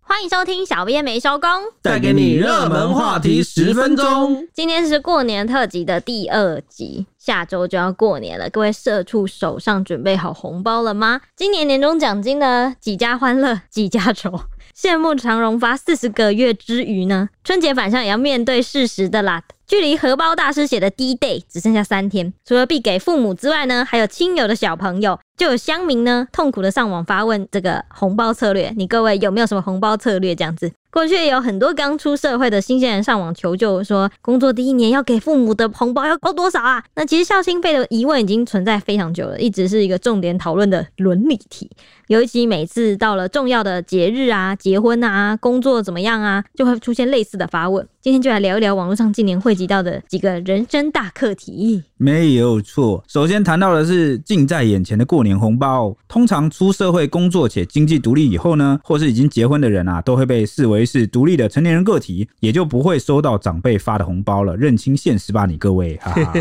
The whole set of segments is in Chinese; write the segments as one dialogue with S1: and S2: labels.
S1: 欢迎收听《小编没收工》，
S2: 带给你热门话题十分钟。
S1: 今天是过年特辑的第二集，下周就要过年了，各位社畜手上准备好红包了吗？今年年终奖金呢，几家欢乐几家愁。羡慕长荣发四十个月之余呢，春节返乡也要面对事实的啦。距离荷包大师写的 D day 只剩下三天，除了必给父母之外呢，还有亲友的小朋友，就有乡民呢痛苦的上网发问这个红包策略，你各位有没有什么红包策略？这样子，过去也有很多刚出社会的新鲜人上网求救，说工作第一年要给父母的红包要包多少啊？那其实孝心费的疑问已经存在非常久了，一直是一个重点讨论的伦理题。尤其每次到了重要的节日啊、结婚啊、工作怎么样啊，就会出现类似的发问。今天就来聊一聊网络上近年汇集到的几个人生大课题。
S2: 没有错，首先谈到的是近在眼前的过年红包。通常出社会工作且经济独立以后呢，或是已经结婚的人啊，都会被视为是独立的成年人个体，也就不会收到长辈发的红包了。认清现实吧，你各位，哈哈。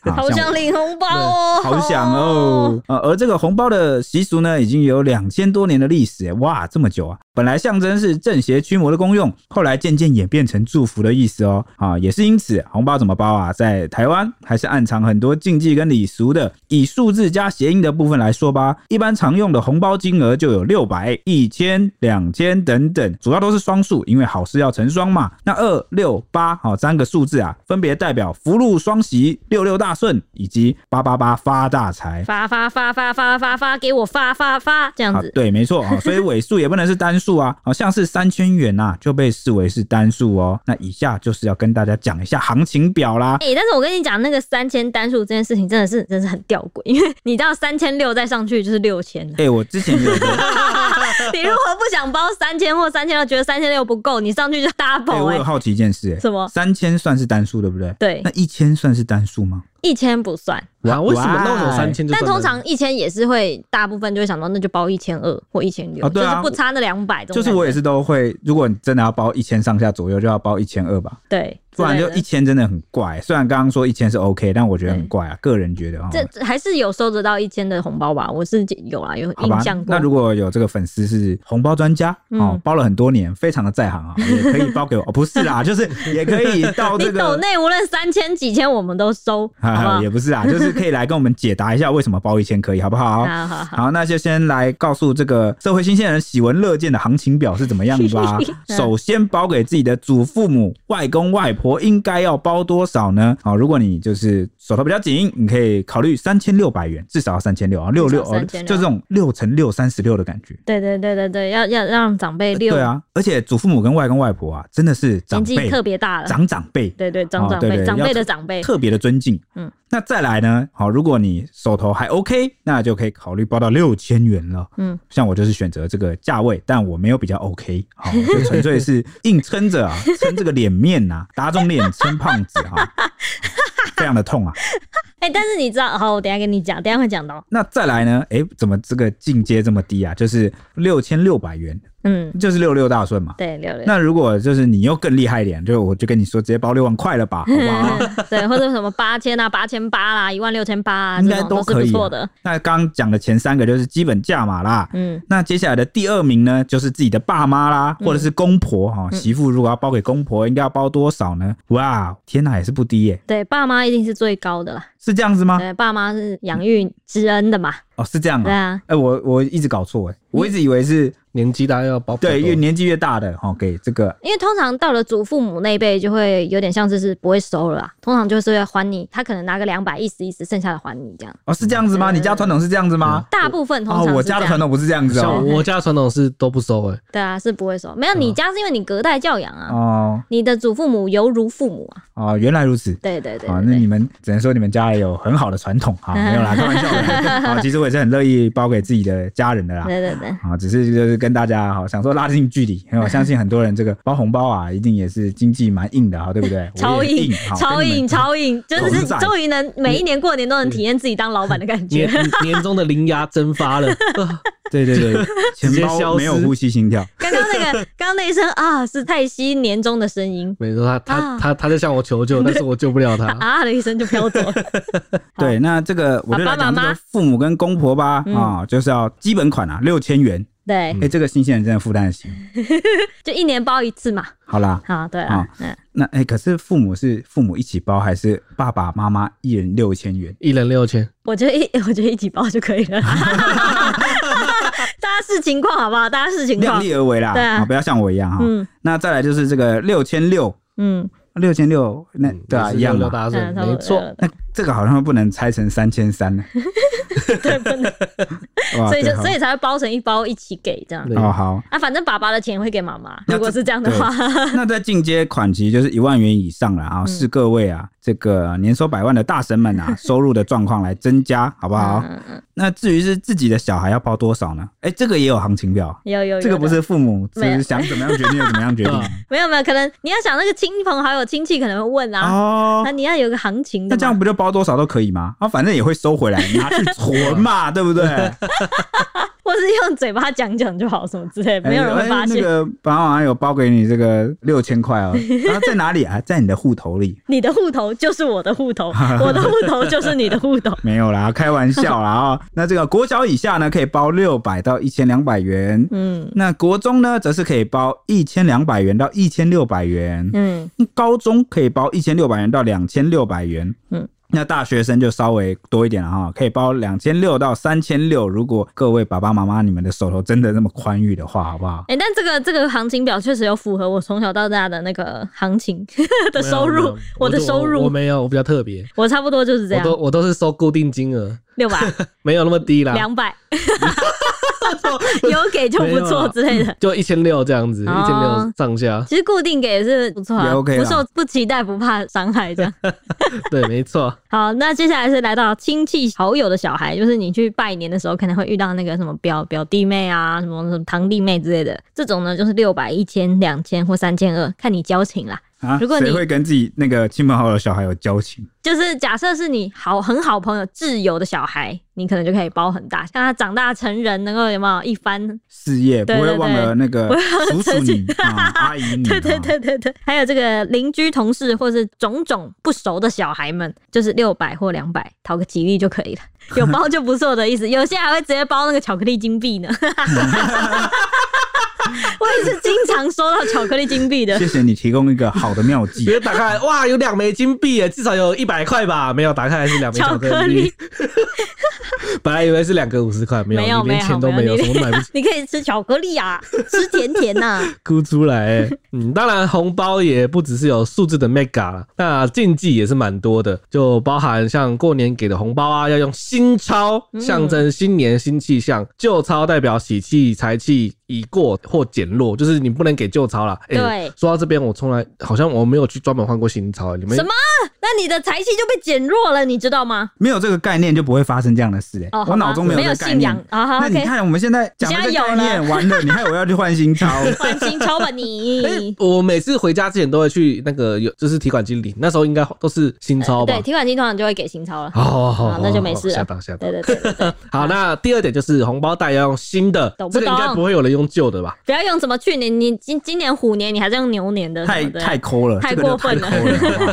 S2: 啊
S1: 好
S2: 像我
S1: 想领红包哦，
S2: 好想哦。呃，而这个红包的习俗呢，已经有两千多年的历史，哎哇，这么久啊！本来象征是正邪驱魔的功用，后来渐渐演变成祝福的意思哦。啊，也是因此，红包怎么包啊，在台湾还是暗藏很多禁忌跟礼俗的。以数字加谐音的部分来说吧，一般常用的红包金额就有六百、一千、两千等等，主要都是双数，因为好事要成双嘛。那二六八好三个数字啊，分别代表福禄双喜、六六大顺以及八八八发大财。
S1: 发发发发发发发，给我发发发，这样
S2: 啊
S1: 子，。
S2: 对，没错啊，所以尾数也不能是单数啊，好像是三千元呐、啊、就被视为是单数哦。那以下就是要跟大家讲一下行情表啦。
S1: 哎、但是我跟你讲，那个三千单数这件事情真的是真的是很吊诡，因为你到三千六再上去就是六千 了。
S2: 哎、我之前 有一个，
S1: 你如果不想包三千或三千六，觉得三千六不够，你上去就
S2: 哎、
S1: double
S2: 我
S1: 哎、
S2: 有好奇一件事、哎，
S1: 什么
S2: 三千算是单数对不对？
S1: 对
S2: 那，一千算是单数吗？
S1: 一千不算，
S3: 哇，为什么那种
S2: Why？
S3: 三千就
S1: 但
S3: 算
S1: 通
S3: 单
S1: 常一千也是会，大部分就会想到那就包一千二或一千六，
S2: 啊对
S1: 就
S2: 啊
S1: 是不差那两百。
S2: 就是我也是都会，如果你真的要包一千上下左右，就要包一千二吧，
S1: 对，
S2: 不然
S1: 之
S2: 就
S1: 类的
S2: 一千真的很怪。欸虽然刚刚说一千是 OK，但我觉得很怪啊，个人觉得啊。
S1: 这这还是有收得到一千的红包吧？我是有啊，有
S2: 好吧
S1: 印象，过。
S2: 那如果有这个粉丝是红包专家、哦
S1: 嗯，
S2: 包了很多年，非常的在行啊，也可以包给我。哦、不是啦，就是也可以到
S1: 你
S2: 这
S1: 抖
S2: 个，
S1: 内无论三千几千，我们都收，好不
S2: 哈
S1: 好
S2: 哈，？也不是啦，就是可以来跟我们解答一下为什么包一千可以，好不好？
S1: 好好好，。
S2: 好，那就先来告诉这个社会新鲜人喜闻乐见的行情表是怎么样吧首先包给自己的祖父母、外公外婆应该要包多少呢？好，如果你就是手头比较紧，你可以考虑三千六百元，至少要三千六啊，六六哦，
S1: 3600
S2: 就这种六乘六三十六的感觉。
S1: 对对对对对，要要让长辈六
S2: 对啊，而且祖父母跟外公外婆啊，真的是长
S1: 年纪
S2: 辈，
S1: 特别大了，
S2: 长长辈，
S1: 对对长
S2: 哦
S1: 长
S2: 对
S1: 辈
S2: 对
S1: 长
S2: 要
S1: 辈的
S2: 特
S1: 长辈，
S2: 特别的尊敬。
S1: 嗯
S2: 嗯，那再来呢？好，如果你手头还 OK，那就可以考虑报到六千元了。
S1: 嗯
S2: 嗯，像我就是选择这个价位，但我没有比较 OK，好，我就纯粹 是硬撑着啊，撑这个脸面呐、打肿脸撑胖子 哈、非常的痛啊。
S1: 哎、但是你知道，好，我等一下跟你讲，等一下会讲哦到，
S2: 那再来呢？诶，怎么这个进阶这么低啊？就是六千六百元，
S1: 嗯，
S2: 就是六六大顺嘛。
S1: 对六六，
S2: 那如果就是你又更厉害一点，就我就跟你说，直接包六万块 了吧，好不好？
S1: 对，或者什么八千啊、八千八啦、一万六千八啊，
S2: 应
S1: 这
S2: 该
S1: 种都是
S2: 可
S1: 不
S2: 以
S1: 错
S2: 啊、
S1: 的。
S2: 那刚讲的前三个就是基本价码啦。
S1: 嗯，
S2: 那接下来的第二名呢，就是自己的爸妈啦，或者是公婆哈、
S1: 嗯
S2: 媳妇如果要包给公婆，应该要包多少呢？哇，天哪，也是不低耶、
S1: 对，爸妈一定是最高的啦。
S2: 是这样子吗？
S1: 对，爸妈是养育之恩的嘛。
S2: 哦，是这样
S1: 对嗯
S2: 啊。
S1: 啊，
S2: 哎、我我一直搞错哎、我一直以为是
S3: 年纪大概要包比较
S2: 对，
S3: 多
S2: 越年纪越大的哈、给这个
S1: 因为通常到了祖父母那一辈，就会有点像是是不会收了啦，通常就是要还你，他可能拿个两百，意思意思，剩下的还你这样。
S2: 哦，是这样子吗？你家传统是这样子吗？
S1: 大部分嗯通常
S2: 哦
S1: 是，这
S2: 我家的传
S1: 样。
S2: 统不是这样子
S3: 像
S2: 哦。
S3: 我家传统是都不收哎、
S1: 对啊，是不会收。没有，你家是因为你隔代教养啊，
S2: 嗯哦
S1: 你的祖父母犹如父母啊。
S2: 哦，原来如此。
S1: 对对对
S2: 啊，
S1: 对
S2: 那你
S1: 对。
S2: 们只能说你们家也有很好的传统 啊，没有啦，开玩笑的。啊，其实我也是很乐意包给自己的家人的啦。
S1: 对对对，
S2: 啊，只是就是跟大家哈，想说拉近距离，因为 我相信很多人这个包红包啊，一定也是经济蛮硬的哈，对 不对？
S1: 超
S2: 我也
S1: 硬，
S2: 好
S1: 超
S2: 跟你们
S1: 硬，超 硬，真的
S2: 同
S1: 是
S2: 在
S1: 终于能每一年过年都能体验自己当老板的感觉
S3: 年。年终的零压蒸 发了，啊
S2: 对对对，钱
S3: 直接
S2: 包
S3: 消失
S2: 没有呼吸心跳，
S1: 刚刚那个，刚刚那一声啊，是泰熙年终的声音
S3: 没错，他
S1: 啊
S3: 他他他在向我求救，但是我救不了他。
S1: 啊的一声就飘走 了。
S2: 对，那这个我就来
S1: 爸爸
S2: 讲这
S1: 妈妈嗯
S2: 个父母跟公婆吧，啊、就是要基本款啊，六千元。
S3: 嗯
S1: 对，
S2: 哎、这个新鲜人真的负担得起。
S1: 就一年包一次嘛。
S2: 好啦，
S1: 好，对
S2: 好
S1: 了，嗯，
S2: 那哎、可是父母是父母一起包，还是爸爸妈妈一人六千元？
S3: 一人六千，
S1: 我觉得一 我觉得一起包就可以了。 大家视情况好不好？大家视情
S2: 量
S1: 况。
S2: 力而为啦，
S1: 对啊
S2: 不要像我一样哈、
S1: 嗯
S2: 那再来就是这个六千六，
S1: 嗯，
S2: 六千六，那
S3: 嗯
S2: 对啊，
S3: 也
S2: 一
S3: 是
S2: 样
S3: 六六
S2: 嘛。
S3: 大顺，
S1: 嗯差不多
S3: 没错，
S1: 对
S2: 那这个好像不能拆成三千三呢。
S1: 对不能，
S2: 哇
S1: 所以就
S2: 啊对好
S1: 所以才会包成一包一起给这样。
S3: 对
S2: 哦好，
S1: 啊，反正爸爸的钱会给妈妈，
S2: 那
S1: 如果
S2: 这
S1: 是这样的话，
S2: 那在进阶款级就是一万元以上了
S1: 嗯
S2: 啊，是各位啊，这个年收百万的大神 们啊，收入的状况来增加，好不好？
S1: 嗯嗯，
S2: 那至于是自己的小孩要包多少呢？哎，这个也有行情表啊，
S1: 有有有的，
S2: 这个不是父母就
S1: 没有
S2: 是想怎么样决定就怎么样决 定
S3: 对啊
S1: 没有没有，可能你要想那个亲朋好友亲戚可能会问
S3: 嗯
S1: 啊，
S2: 哦
S1: 那。你要有个行情的
S2: 那
S1: 嘛，
S2: 这样不就包多少都可以吗？啊，反正也会收回来，拿 去存嘛，对不对？哎
S1: 或是用嘴巴讲讲就好，什么之类，没有人
S2: 哎
S1: 会发
S2: 那
S1: 现。
S2: 个爸爸妈妈有包给你这个六千块 哦，然后在哪里啊？在你的户头里。
S1: 你的户头就是我的户头，我的户头就是你的户头。
S2: 没有啦，开玩 笑啦啊、那这个国小以下呢，可以包六百到一千两百元。
S1: 嗯
S2: 那国中呢，则是可以包一千两百元到一千六百元，
S1: 嗯，
S2: 高中可以包一千六百元到两千六百元。
S1: 嗯，
S2: 那大学生就稍微多一点了哈、可以包两千六到三千六。如果各位爸爸妈妈你们的手头真的那么宽裕的话，好不好？
S1: 哎、但这个这个行情表确实有符合我从小到大的那个行情 呃的收
S3: 没有
S1: 入
S3: 没有，
S1: 我的
S3: 都
S1: 收入
S3: 我没有，我比较特别，
S1: 我差不多就是这
S3: 我
S1: 样，
S3: 都我都是收固定金额，
S1: 六百、
S3: 没有那么低啦，
S1: 两百，有给就不错之类的。
S3: 就一千六这样子，一千
S1: 哦
S3: 六上下，
S1: 其实固定给也是不错、
S2: 也
S1: 啊
S2: OK 啦
S1: 不受不期待不怕伤害这样。
S3: 对，没错，
S1: 好，那接下来是来到亲戚好友的小孩，就是你去拜年的时候可能会遇到那个什么表表弟妹啊，什么什么堂弟妹之类的，这种呢就是六百、一千、两千或三千二，看你交情啦。
S2: 啊，
S1: 如果你
S2: 谁会跟自己那个亲朋好友的小孩有交情？
S1: 就是假设是你好很好朋友挚友的小孩，你可能就可以包很大，让他长大成人能够有没有一番？
S2: 事业不
S1: 对
S2: 会
S1: 对
S2: 忘
S1: 对
S2: 了那个
S1: 不
S2: 叔叔
S1: 自己
S2: 你啊，阿姨你，
S1: 对对
S2: 啊
S1: 对对对，还有这个邻居、同事或是种种不熟的小孩们，就是六百或两百，讨个吉利就可以了。有包就不错的 意思，有些还会直接包那个巧克力金币呢。 我也是经常收到巧克力金币的
S2: 谢，谢你提供一个好的妙计
S3: 直。接打开来，哇，有两枚金币耶，至少有一百块吧？没有，打开来是两枚
S1: 巧
S3: 巧
S1: 克
S3: 克
S1: 力
S3: 力。 本来以为是两个五十块，没
S1: 没有
S3: 有，你连
S1: 没有
S3: 钱都没有，
S1: 没有
S3: 什么买不起，
S1: 你可以吃巧克力啊，吃甜甜啊呐、
S3: 哭出来耶。嗯，当然红包也不只是有数字的 mega 啦，那禁忌也是蛮多的，就包含像过年给的红包啊，要用新钞，象征新年新气
S1: 嗯
S3: 象；旧钞代表喜气财气已过或减弱，就是你不能给旧钞啦。哎
S1: 对
S3: 说到这边，我从来好像我没有去专门换过新钞，你们
S1: 什么？那你的财气就被减弱了，你知道吗？
S2: 没有这个概念就不会发生这样的事、欸。
S1: 哦，
S2: 我
S1: 好吧
S2: 脑中没有
S1: 没
S2: 这个概
S1: 信仰
S2: 念。
S1: 啊。好
S2: 那你
S1: ，OK，
S2: 看我们现在讲的这
S1: 你现在有
S2: 概
S1: 了
S2: 念完了，你害我要去换 新钞。
S1: 换新钞吧
S2: 哎
S1: 你。
S3: 我每次回家之前都会去那个有，就是提款机领，那时候应该都是新钞吧
S1: 哎对，？提款机通常就会给新钞了。
S3: 好好好
S1: 好，那就没事了
S3: 吓到吓到
S1: 对。对对对对，
S3: 好，那第二点就是红包袋要用新的
S1: 懂，不
S3: 这个应该
S1: 懂
S3: 不会有人用旧 的吧？
S1: 不要用什么去年你今今年虎年你还是用牛年的什
S2: 太
S1: 么的，
S2: 太抠了，
S1: 太
S2: 这个就
S1: 过分了
S2: 太抠了好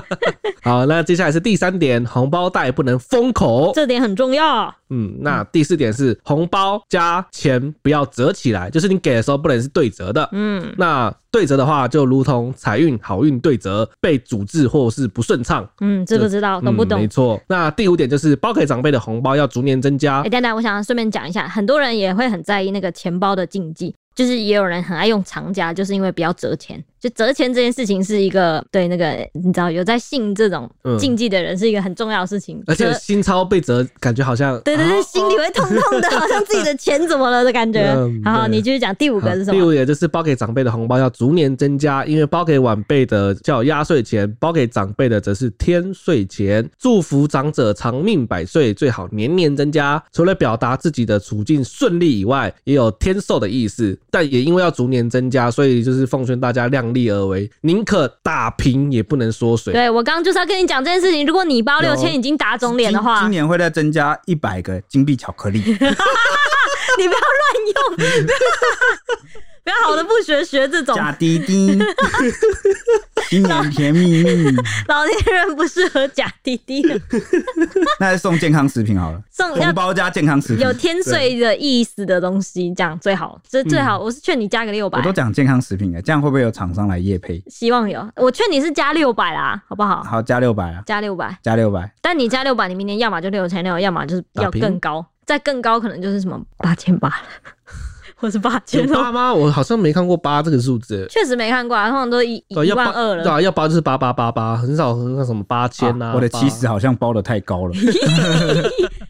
S2: 不好
S3: 好，那接下来是第三点，红包袋不能封口。
S1: 这点很重要。
S3: 嗯，那第四点是红包加钱不要折起来，就是你给的时候不能是对折的。
S1: 嗯，
S3: 那对折的话，就如同财运、好运对折，被阻滞或是不顺畅。
S1: 嗯，知不知道？懂不
S3: 嗯
S1: 懂
S3: 没？错。那第五点就是包给长辈的红包要逐年增加
S1: 哎、。等等，我想顺便讲一下，很多人也会很在意那个钱包的禁忌，就是也有人很爱用长夹，就是因为不要折钱。就折钱这件事情是一个对那个你知道有在信这种
S3: 嗯
S1: 禁忌的人是一个很重要的事情。
S3: 而且
S1: 折
S3: 新钞被折，感觉好像
S1: 对对对，
S3: 啊
S1: 心里会痛痛的，好像自己的钱怎么了的感觉。
S3: 嗯
S1: 好好，
S3: 对
S1: 你继续讲第五个是什
S3: 第
S1: 么？
S3: 五点就是包给长辈的红包要逐年增加，因为包给晚辈的叫压岁钱，包给长辈的则是天岁钱。祝福长者长命百岁，最好年年增加。除了表达自己的处境顺利以外，也有天寿的意思。但也因为要逐年增加，所以就是奉劝大家量力而为，宁可打平也不能缩水。哎
S1: 对我刚刚就是要跟你讲这件事情，如果你包
S3: 有
S1: 六千已经打肿 脸的
S2: 今
S1: 话
S2: 今，年会再增加 一百个金币巧克力。
S1: 你不要乱用。不要好的不学学这种
S2: 假滴滴，今年甜蜜蜜，
S1: 老年人不适合假滴滴的，
S2: 那就送健康食品好了，
S1: 送 要
S2: 红包加健康食品
S1: 有，天岁的意思的东西，这样最好，这最
S3: 嗯
S1: 好。我是劝你加个六百
S2: 我，都讲健康食品了，这样会不会有厂商来夜配？
S1: 希望有。我劝你是加六百啦，好不好？
S2: 好，加六百啊，
S1: 加六百，
S2: 加六百，
S1: 但你加六百，你明年要么就六千六，要么就是要
S3: 打平
S1: 更高，再更高可能就是什么八千八了，或是八千
S3: 有哎八
S1: 哦。
S3: 吗？我好像没看过八这个数字。
S1: 确实没看过、啊，通常都一
S3: 对，
S1: 一
S3: 要
S1: 万
S3: 八
S1: 二
S3: 对
S1: 了。
S3: 啊，要八就是八八八八，很少很少什么八千啊。
S2: 啊我的
S3: 八
S2: 七十，好像包的太 高了，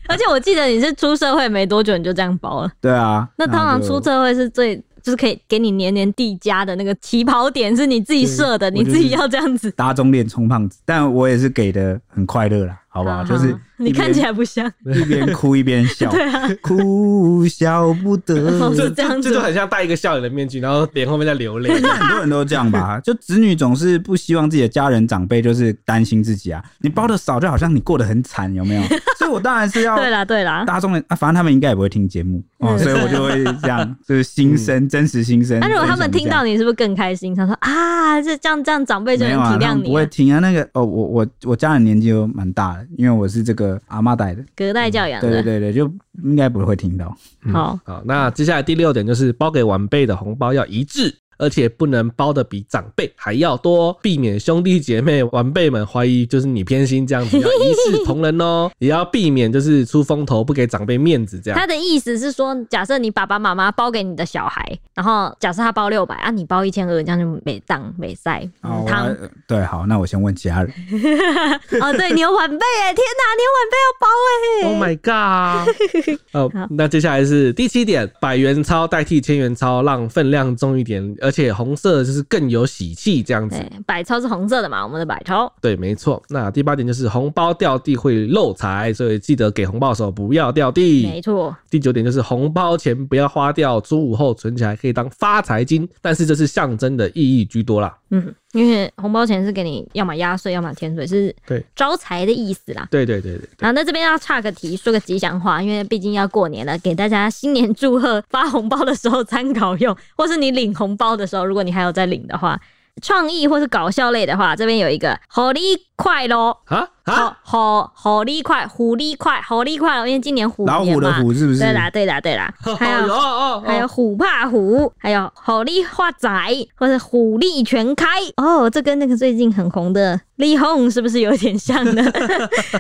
S1: 而且我记得你是出社会没多久你就这样包了，
S2: 对啊，
S1: 那通常
S2: 就
S1: 出社会是最就是可以给你年年递加的那个起跑点是你自己设的，你
S2: 对我就是
S1: 自己要这样子。
S2: 打肿脸充胖子，但我也是给的很快乐啦，好不好？就是
S1: 啊你
S2: 一边
S1: 看起来不像，
S2: 一边 哭一边笑，
S1: 对啊，
S2: 哭笑不
S1: 哦
S2: 得
S1: 是。这
S3: 这
S1: 样子
S3: 这就很像戴一个笑脸的面具，然后脸后面在流 泪。
S2: 很多人都这样吧，就子女总是不希望自己的家人长辈就是担心自己啊。你包的少，就好像你过得很惨，有 没有？所以我当然是要
S1: 对啦对啦。
S2: 大众的啊，反正他们应该也不会听节目哦，
S1: 嗯
S2: 所以我就会这 样，就是心声，真实心声。
S1: 那、如果他们
S2: 分享一
S1: 听
S2: 下
S1: 到你是不是更开心？他说啊，这这样这样长辈就
S2: 没
S1: 能
S2: 有啊，
S1: 体谅
S2: 他们
S1: 你
S2: 不
S1: 啊、
S2: 会听啊。那个哦，我我我家人年纪都蛮大的，因为我是这个阿妈带的，
S1: 隔代教养的。
S2: 嗯对对嗯对对，就应该不会听到。
S1: 好，
S3: 好，那接下来第六点就是包给晚辈的红包要一致，而且不能包的比长辈还要多，避免兄弟姐妹晚辈们怀疑就是你偏心这样子，要一视同仁哦， 也要避免就是出风头不给长辈面子这样
S1: 他。的意思是说，假设你爸爸妈妈包给你的小孩，然后假设他包六百啊，你包一千二，这样就没当没塞
S2: 啊，
S1: 嗯
S2: 我
S1: 汤、
S2: 呃对，好，那我先问其他人，
S1: 哦，对你有晚辈哎，天 哪，你有晚辈要
S3: Oh
S1: 包哎、
S3: my god！哦，那接下来是第七点，百元钞代替千元钞，让分量重一点，而且红色就是更有喜气这样子。
S1: 对，百超是红色的嘛，我们的百超。
S3: 对，没错。那第八点就是红包掉地会漏财，所以记得给红包的时候不要掉
S1: 没
S3: 地。
S1: 错，
S3: 第九点就是红包钱不要花掉，初五后存起来可以当发财金，但是这是象征的意义居多啦。
S1: 嗯，因为红包钱是给你要么压岁，要么添税，是
S3: 对
S1: 招财的意思啦。
S3: 对对对对，
S1: 然后在这边要岔个题，说个吉祥话，因为毕竟要过年了，给大家新年祝贺，发红包的时候参考用，或是你领红包的时候，如果你还有在领的话， 创意或是搞笑类的话，这边有一个“好利快咯，
S3: 啊啊
S1: 好，好好利快，虎利快，好利快咯，因为今年虎
S2: 老
S1: 年
S2: 虎的
S1: 嘛，
S2: 虎是不是？
S1: 对啦，对啦，对 啦，还有
S3: 哦哦
S1: 还有虎怕虎，还有虎力化仔，或者虎力全开哦，这跟那个最近很红的力宏是不是有点像 呢？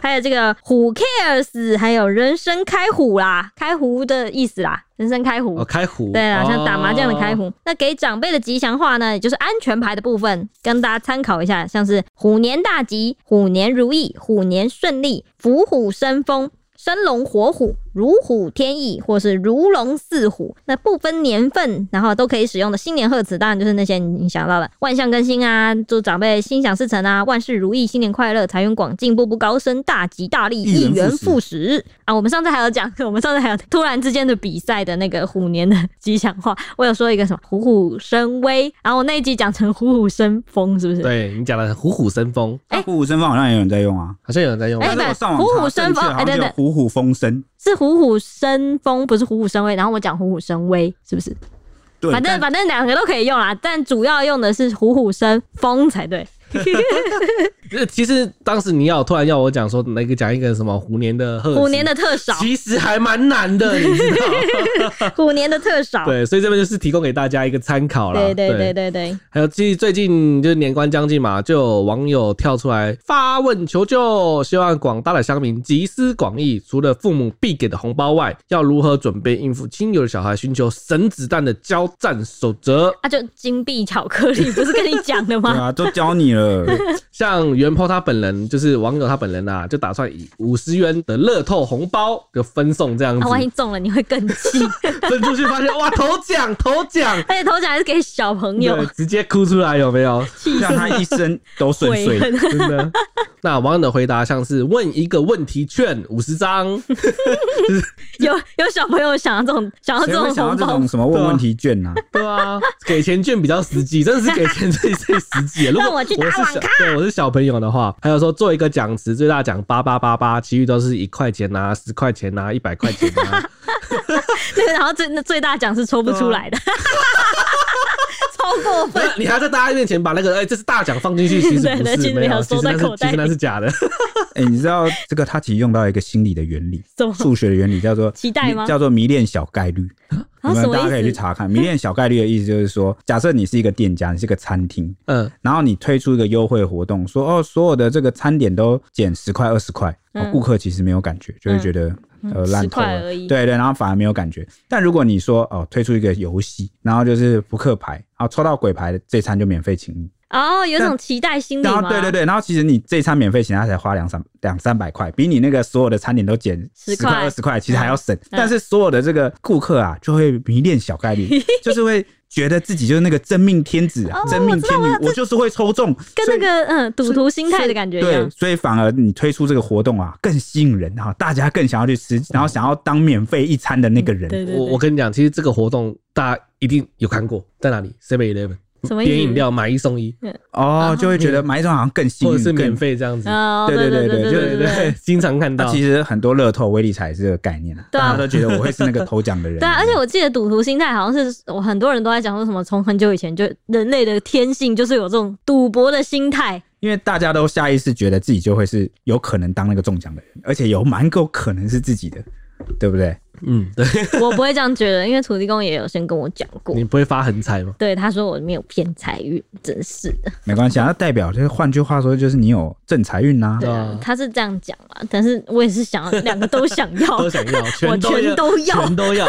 S1: 还有这个虎 cares，还有人生开虎啦，开胡的意思啦，人生开胡。
S3: 哦，开胡
S1: 对啊，
S3: 哦
S1: 像打麻将的开胡。那给长辈的吉祥话呢，也就是安全牌的部分，跟大家参考一下，像是虎年大吉、虎年如意、虎年顺利、伏虎生风。生龙活虎、如虎添翼，或是如龙似虎，那不分年份，然后都可以使用的新年贺词，当然就是那些你想到了万象更新啊，祝长辈心想事成啊，万事如意，新年快乐，财源广进，步步高升，大吉大利，
S2: 一
S1: 一
S2: 元
S1: 元
S2: 复始
S1: 复不止啊！我们上次还有讲， 我们上次还有突然之间的比赛的那个虎年的吉祥话，我有说一个什么“虎虎生威”，然后我那一集讲成“虎虎生风”，是不是？
S3: 对你讲的虎虎生风，
S1: 哎
S2: 虎虎生风好像也有人在用啊。
S3: 好像有人在用。
S1: 哎
S2: 但是我上网
S1: 虎虎
S2: 查
S1: 生风
S2: 正确好
S1: 哎
S2: 像
S1: 对
S2: 只有
S1: 对
S2: 虎虎风声。
S1: 是“虎虎生风”，不是“虎虎生威”。然后我讲“虎虎生威”，是不是？
S2: 对，
S1: 反正
S2: 但
S1: 反正两个都可以用啦，但主要用的是“虎虎生风”才对。
S3: 呃其实当时你要突然要我讲说那个讲一个什么虎年的贺词，
S1: 虎年的特少，
S3: 其实还蛮难的，你知道？
S1: 虎年的特少。
S3: 对，所以这边就是提供给大家一个参考啦。
S1: 对对对对对，
S3: 还有最最近就是年关将近嘛，就有网友跳出来发问求救，希望广大的乡民集思广益，除了父母必给的红包外，要如何准备应付亲友的小孩寻求神子弹的交战守则？
S1: 啊，就金币巧克力不是跟你讲的
S2: 对
S1: 吗？
S2: 啊，都教你了，
S3: 像袁坡他本人就是网友他本人啊，就打算以五十元的乐透红包就分送这样
S1: 啊，
S3: 子，
S1: 万一中了你会更气，
S3: 分出去发现哇头奖头 奖，
S1: 而且头奖还是给小朋友
S3: 对，直接哭出来有没有？
S2: 让他一生都顺
S1: 悔
S2: 遂。
S1: 恨。
S3: 真的。 那网友的回答像是问一个问题券五十张，
S1: 有有小朋友想要这种想要这
S2: 谁会
S1: 种
S2: 想
S1: 红
S2: 到这
S1: 包
S2: 种，什么问问题卷啊？
S3: 对啊，给钱券比较实际，真的是给钱最最实际。如果
S1: 让我去打
S3: 是
S1: 网
S3: 小对我是小朋友的话，还有说做一个奖池，最大奖八八八八，其余都是一块钱啊、十块钱啊、一百块钱啊。
S2: 啊
S1: 对，然后最那最大奖是抽不出来的，过分。
S3: 那你还在大家面前把那个哎、这是大奖放进去，其实
S1: 对
S3: 不
S1: 对
S3: 是，
S1: 其实没
S3: 没
S1: 有
S3: 有，其
S1: 收
S3: 实
S1: 在
S3: 那
S1: 口
S3: 是
S1: 袋
S3: 其实那
S1: 里
S3: 是假的。
S2: 哎、你知道这个他其实用到一个心理的原理，
S1: 什么
S2: 数学的原理叫做
S1: 期待吗
S2: 叫做迷恋小概率。
S1: 啊
S2: 你
S1: 什
S2: 们
S1: 么
S2: 大家可以
S1: 意
S2: 去
S1: 思
S2: 查看，迷恋小概率的意思就是说，假设你是一个店家，你是个餐厅，
S3: 嗯，
S2: 然后你推出一个优惠活动，说哦，所有的这个餐点都减十块、二十块，哦
S1: 嗯
S2: 顾客其实没有感觉，就会觉得、呃
S1: 嗯
S2: 烂
S1: 10
S2: 透
S1: 块
S2: 了，
S1: 而已
S2: 对对，然后反而没有感觉。但如果你说哦，推出一个游戏，然后就是扑克牌，然后抽到鬼牌的这餐就免费请你，
S1: 哦，有一种
S2: 但
S1: 期待心理
S2: 然后
S1: 吗？
S2: 对对对，然后其实你这餐免费请他才花两三两三百块，比你那个所有的餐点都减
S1: 10
S2: 十块
S1: 块嗯
S2: 二十块，其实还要省。但是所有的这个顾客啊，就会迷恋 小概率，就是会。觉得自己就是那个真命天子啊，
S1: 哦
S2: 真命天女，我就是会抽中，
S1: 跟那
S2: 所以
S1: 个嗯赌徒心态的感觉一
S2: 对
S1: 样，。
S2: 所以反而你推出这个活动啊，更吸引人哈，大家更想要去吃，然后想要当免费一餐的那个人。
S1: 嗯对对
S3: 我我
S1: 对，
S3: 跟你讲，其实这个活动大家一定有看过，在哪里？Seven Eleven
S1: 什么意思？
S3: 点饮料买一送一，
S2: 哦，就会觉得买一种好像更幸
S3: 或
S2: 运，
S3: 者是免
S2: 更。
S3: 费这样子。
S1: 哦，
S2: 对
S1: 对对
S2: 对
S1: 对
S2: 对对
S1: 对
S3: 对
S1: 对
S3: 对，经常看
S2: 那
S3: 到。
S2: 啊其实很多乐透、威力彩是这个概念啊，
S1: 对啊
S2: 大家都觉得我会是那个头奖的人。
S1: 对啊！而且我记得赌徒心态好像是我很多人都在讲说什么，从很久以前就人类的天性就是有这种赌博的心态，
S2: 因为大家都下意识觉得自己就会是有可能当那个中奖的人，而且有蛮够可能是自己的，对不对？
S3: 嗯，对，
S1: 我不会这样觉得，因为土地公也有先跟我讲过
S3: 你，不会发横财吗？
S1: 对他说我没有偏财运，真是的，
S2: 没关系啊，那代表就是换句话说，就是你有正财运呐、
S1: 对
S3: 嗯
S1: 啊，他是这样讲啦，但是我也是想要两个都想要
S3: 都，想 要，
S1: 哦我
S3: 全都
S1: 全都要
S3: 全 都要。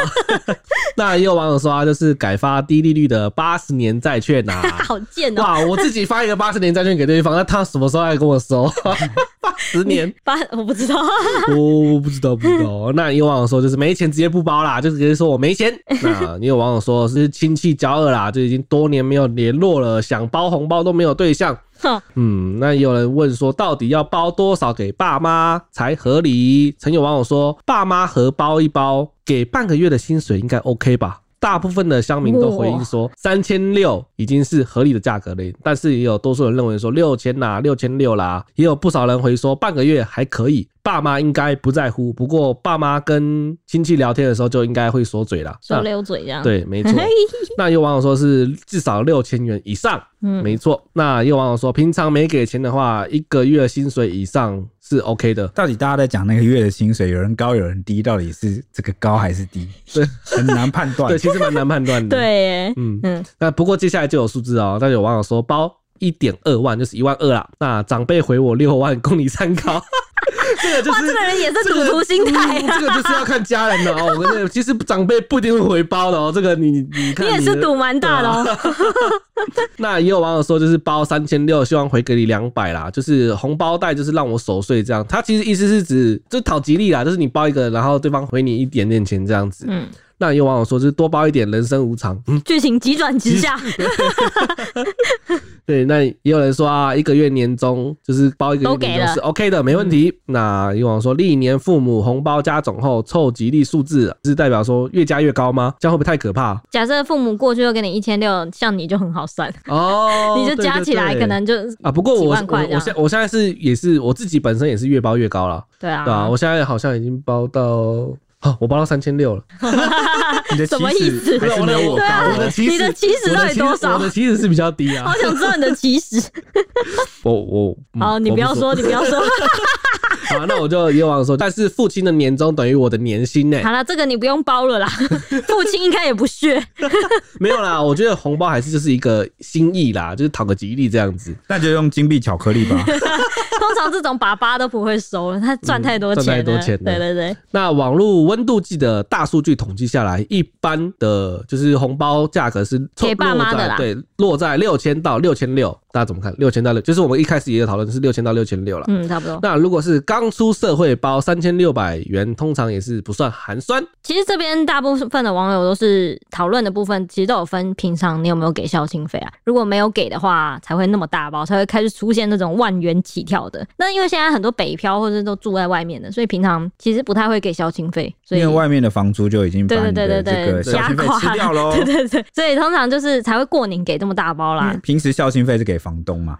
S3: 那也有网友说啊，就是改发低利率的八十年债券啊。
S1: 好贱哦！
S3: 哇，我自己发一个八十年债券给对方，那他什么时候来跟我收？ 八十年？
S1: 八我不知道，
S3: 我哦我不知道，不知道。那也有网友说，就是没钱直接不包啦，就直接说我没钱。那也有网友说是亲戚交恶啦，就已经多年没有联络了，想包红包都没有对象。
S1: 哼
S3: 嗯，那也有人问说，到底要包多少给爸妈才合理？曾有网友说，爸妈合包一包，给半个月的薪水应该 OK 吧？大部分的乡民都回应说，三千六已经是合理的价格嘞，但是也有多数人认为说六千啦、六千六啦，也有不少人回说半个月还可以，爸妈应该不在乎。不过爸妈跟亲戚聊天的时候就应该会说嘴啦，
S1: 说
S3: 那
S1: 溜嘴这样，
S3: 对，没错
S1: 嘿。
S3: 那也有网友说是至少六千元以上，
S1: 嗯
S3: 没错。那也有网友说，平常没给钱的话，一个月薪水以上是 OK 的。
S2: 到底大家在讲那个月的薪水，有人高有人低，到底是这个高还是低？
S3: 对，
S2: 很难判断
S3: 对，。其实蛮难判断 的。，
S1: 对耶，
S3: 嗯，
S1: 嗯，
S3: 那不过接下来就有数字哦。那有网友说包一点二万就是一万二啦。那长辈回我六万，供你 参考。这个就
S1: 哇，这
S3: 是
S1: 个人也是
S3: 这
S1: 赌
S3: 个
S1: 徒心态
S3: 嗯
S1: 啊，
S3: 这个就是要看家人的哦。我跟你，其实长辈不一定会回包的哦。这个你你你 看
S1: 你也
S3: 的
S1: 是赌蛮大的哦。
S3: 那也有网友说，就是包三千六，希望回给你两百啦，就是红包袋，就是让我守岁这样。他其实意思是指就讨吉利啦，就是你包一个，然后对方回你一点点钱这样子。
S1: 嗯，
S3: 那也有网友说，就是多包一点，人生无常。 嗯，
S1: 剧情急转直 下，
S3: 对。那也有人说啊，一个月年终就是包一个
S1: 都
S3: 月
S1: 给
S3: 年终
S1: 了
S3: 是 OK 的，没问题。那也有网友说，历年父母红包加总后凑吉利数字，是代表说越加越高吗？这样会不会太 可怕？
S1: 假设父母过去又给你一千六，像你就很好算，，
S3: 哦
S1: 你就加起来
S3: 对对对
S1: 可能就
S3: 啊，不过我
S1: 几
S3: 我
S1: 万块这
S3: 我
S1: 样
S3: 现我现在是也是我自己本身也是越包越高了，
S1: 对啊，
S3: 对啊，我现在好像已经包到，啊、我包到三千六了。
S2: 你的
S1: 什么
S2: 起
S1: 意思
S2: 始还是没有我
S1: 对啊
S2: 高
S3: 我的
S2: 哦。
S3: 起始
S1: 你的起始
S3: 我
S1: 到
S3: 的
S1: 底
S3: 起
S1: 多少
S3: 我的起始是比较低啊
S1: 好。想知道你的起始。
S3: 我我 嗯
S1: 好，哦你
S3: 我
S1: 不
S3: 不
S1: 要说，你不要 说。
S3: 好，那我就也往说，但是父亲的年终等于我的年薪呢、
S1: 好了，这个你不用包了 啦，父亲应该也不屑。
S3: 没有啦，我觉得红包还是就是一个心意啦，就是讨个吉利这样子。
S2: 那就用金币巧克力吧。
S1: 通常这种爸爸都不会收了，他赚太多
S3: 嗯赚
S1: 钱了，
S3: 太多钱了啊
S1: 对对对，
S3: 那网络温度计的大数据统计下来，一般的就是红包价格是凑
S1: 给爸妈
S3: 落在
S1: 的啦
S3: 对，落在六千到六千六，大家怎么看？六千到六，就是我们一开始也有讨论，就是六千到六千六了。
S1: 嗯，差不多。
S3: 那如果是刚出社会包三千六百元，通常也是不算寒酸。
S1: 其实这边大部分的网友都是讨论的部分，其实都有分平常你有没有给孝亲费啊，如果没有给的话，才会那么大包，才会开始出现那种万元起跳的。那因为现在很多北漂或者都住在外面的，所以平常其实不太会给孝亲费， 所
S2: 因
S1: 以
S2: 为外面的房租就已经把
S1: 对
S2: 你
S1: 对
S2: 的
S1: 对对
S2: 这个
S1: 对，
S2: 孝
S1: 压
S2: 心费
S1: 垮
S2: 吃掉喽。
S1: 对对对， 所以通常就是才会过年给这么大包
S3: 嗯
S1: 啦。
S2: 平时孝心费是给房东嘛？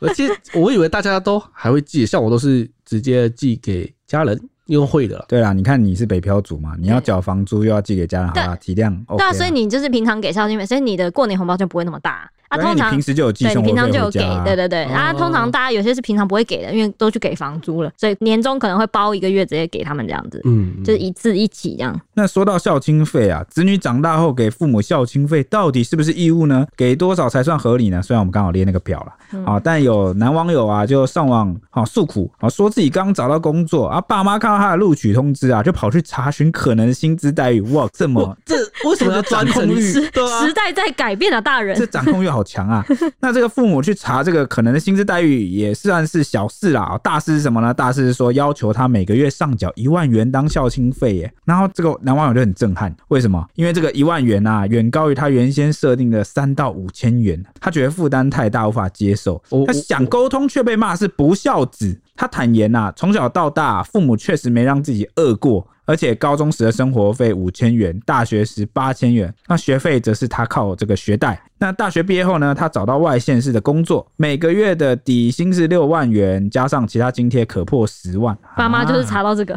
S3: 而且我以为大家都还会寄，像我都是直接寄给家人。用会的啦。
S2: 对啦，你看你是北漂族嘛，你要缴房租又要寄给家人，好啦，体谅。OK
S1: 对
S2: 啦
S1: 啊，所以你就是平常给孝敬费，所以你的过年红包就不会那么大啊。
S2: 对因为
S1: 通
S2: 你
S1: 常
S2: 平时就有寄
S1: 对，
S2: 送，
S1: 你平常就有给，对
S2: 对。
S1: 对对。啊，
S3: 哦
S1: 通常大家有些是平常不会给的，因为都去给房租了，所以年终可能会包一个月直接给他们这样子，
S3: 嗯，
S1: 就是一次一起这样。
S2: 那说到孝亲费啊，子女长大后给父母孝亲费到底是不是义务呢？给多少才算合理呢？虽然我们刚好列那个表了。
S1: 嗯
S2: 啊、但有男网友啊，就上网啊、诉苦啊、说自己刚找到工作啊，爸妈看到他的录取通知啊，就跑去查询可能的薪资待遇。哇，这么
S3: 哇这为什么要专
S2: 掌控
S3: 程
S2: 欲
S3: 去？对啊
S1: 时，代在改变了，大
S2: 这
S1: 人。
S2: 掌控欲好强啊！那这个父母去查这个可能的薪资待遇也算是小事啦、啊大事是什么呢？大事是说要求他每个月上缴一万元当孝亲费耶。然后这个男网友就很震撼，为什么？因为这个一万元啊，远高于他原先设定的三到五千元，他觉得负担太大，无法接受
S3: 我我。
S2: 他想沟通却被骂是不孝子。他坦言呐、从小到大，父母确实没让自己饿过，而且高中时的生活费五千元，大学时八千元，那学费则是他靠这个学贷。那大学毕业后呢，他找到外县市的工作，每个月的底薪是六万元，加上其他津贴可破十万。
S1: 爸妈就是查
S2: 啊
S1: 到这个，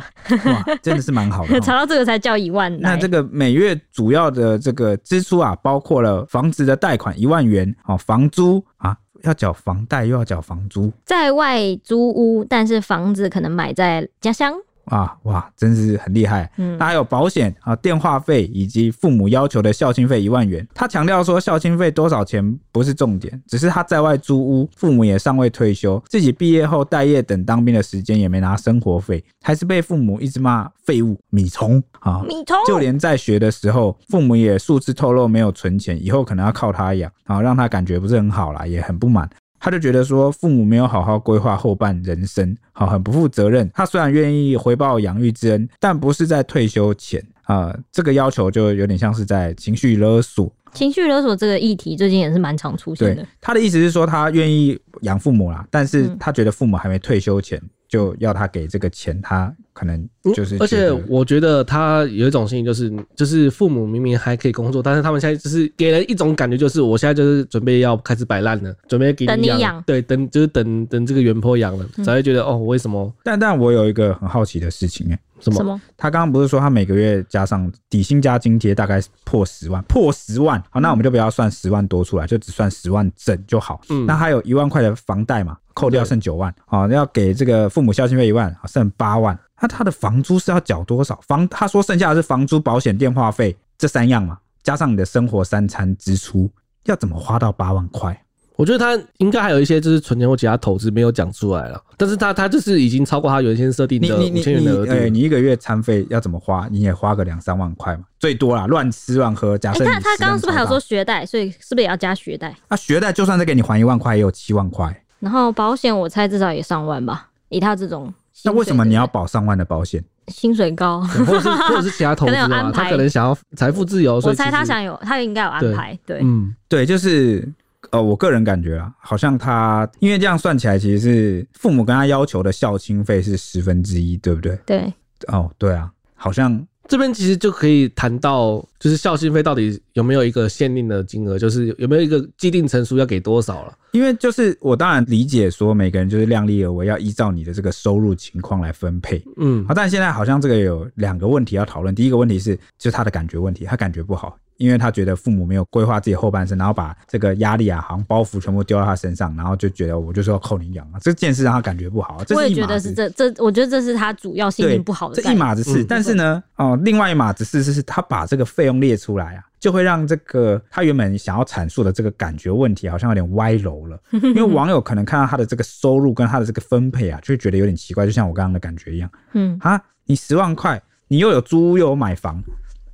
S2: 哇，真的是蛮好的、哦
S1: 。查到这个才叫一万来。
S2: 那这个每月主要的这个支出啊，包括了房子的贷款一万元，哦，房租啊要缴房贷又要缴房租
S1: 在外租屋，但是房子可能买在家乡。
S2: 啊，哇，真是很厉害。
S1: 嗯
S2: 那，还有保险啊、电话费以及父母要求的孝亲费一万元。他强调说，孝亲费多少钱不是重点，只是他在外租屋，父母也尚未退休，自己毕业后待业等当兵的时间也没拿生活费，还是被父母一直骂废物、米虫啊。
S1: 嗯米虫
S2: 就连在学的时候，父母也数次透露没有存钱，以后可能要靠他养，啊，让他感觉不是很好啦，也很不满。他就觉得说，父母没有好好规划后半人生，好、很不负责任。他虽然愿意回报养育之恩，但不是在退休前啊、这个要求就有点像是在情绪勒索。
S1: 情绪勒索这个议题最近也是蛮常出现
S2: 对
S1: 的。，
S2: 他的意思是说，他愿意养父母啦，但是
S1: 嗯
S2: 他觉得父母还没退休前，就要他给这个钱，他可能就是
S3: 嗯而且
S2: 觉得
S3: 我觉得他有一种心情，就是就是父母明明还可以工作，但是他们现在就是给人一种感觉，就是我现在就是准备要开始摆烂了，准备给
S1: 等你
S3: 养，
S1: 养
S3: 对，等就是等等这个原坡养了，才会觉得哦，为什么
S2: 但但我有一个很好奇的事情、欸，
S3: 什
S1: 什
S3: 么？
S1: 么？
S2: 他刚刚不是说他每个月加上底薪加津贴大概是破十万，破十万，好，那我们就不要算十万多出来，就只算十万整就好。
S3: 嗯
S2: 那还有一万块的房贷嘛，扣掉
S3: 对
S2: 剩九万，好、要给这个父母孝亲费一万，好剩八万。那他的房租是要缴多少？房他说剩下的是房租、保险、电话费这三样嘛，加上你的生活三餐支出，要怎么花到八万块？
S3: 我觉得他应该还有一些就是存钱或其他投资没有讲出来了，但是他他就是已经超过他原先设定
S2: 你
S3: 的
S2: 你
S3: 五
S2: 你
S3: 千元
S2: 你
S3: 的额度
S2: 哎、。你一个月餐费要怎么花？你也花个两三万块嘛，最多啦，乱吃乱喝。假
S1: 哎、
S2: 设你
S1: 他他
S2: 食
S1: 刚
S2: 量
S1: 刚是不是还有
S2: 超大
S1: 说学贷？所以是不是也要加学贷？
S2: 那学贷就算再给你还一万块，也有七万块。
S1: 然后保险我猜至少也上万吧，以他这种薪水
S2: 那
S1: 的人。
S2: 为什么你要保上万的保险？
S1: 薪水高？
S3: 对 或者是或者是其他投资
S1: 可能有
S3: 啊
S1: 安，排
S3: 他可能想要财富自哦由，所
S1: 我
S3: 以其
S1: 猜
S3: 实
S1: 他想有，他应该有安
S3: 对
S1: 排。对，
S3: 嗯，
S2: 对，就是呃，我个人感觉啊，好像他因为这样算起来，其实是父母跟他要求的孝亲费是十分之一，对不对？
S1: 对，
S2: 哦，对啊，好像
S3: 这边其实就可以谈到，就是孝心费到底有没有一个限定的金额，就是有没有一个既定成数要给多少了？
S2: 因为就是我当然理解说每个人就是量力而为，要依照你的这个收入情况来分配。
S3: 嗯
S2: 好，，啊但现在好像这个有两个问题要讨论。第一个问题是，就是他的感觉问题，他感觉不好，因为他觉得父母没有规划自己后半生，然后把这个压力啊，好像包袱全部丢到他身上，然后就觉得我就是要扣你养啊，这件事让他感觉不好。啊这
S1: 我
S2: 是
S1: 也
S2: 一
S1: 觉
S2: 码
S1: 得
S2: 子
S1: 是这这，我觉得这是他主要心
S2: 对
S1: 情不好的
S2: 这
S1: 概
S2: 一
S1: 念。
S2: 码子事。
S3: 嗯
S2: 但是呢，哦，另外一码子事是是他把这个费用列出来啊，就会让这个他原本想要阐述的这个感觉问题好像有点歪楼 了，因为网友可能看到他的这个收入跟他的这个分配啊，就会觉得有点奇怪，就像我刚刚的感觉一样。
S1: 嗯，
S2: 啊，你十万块，你又有租屋又有买房，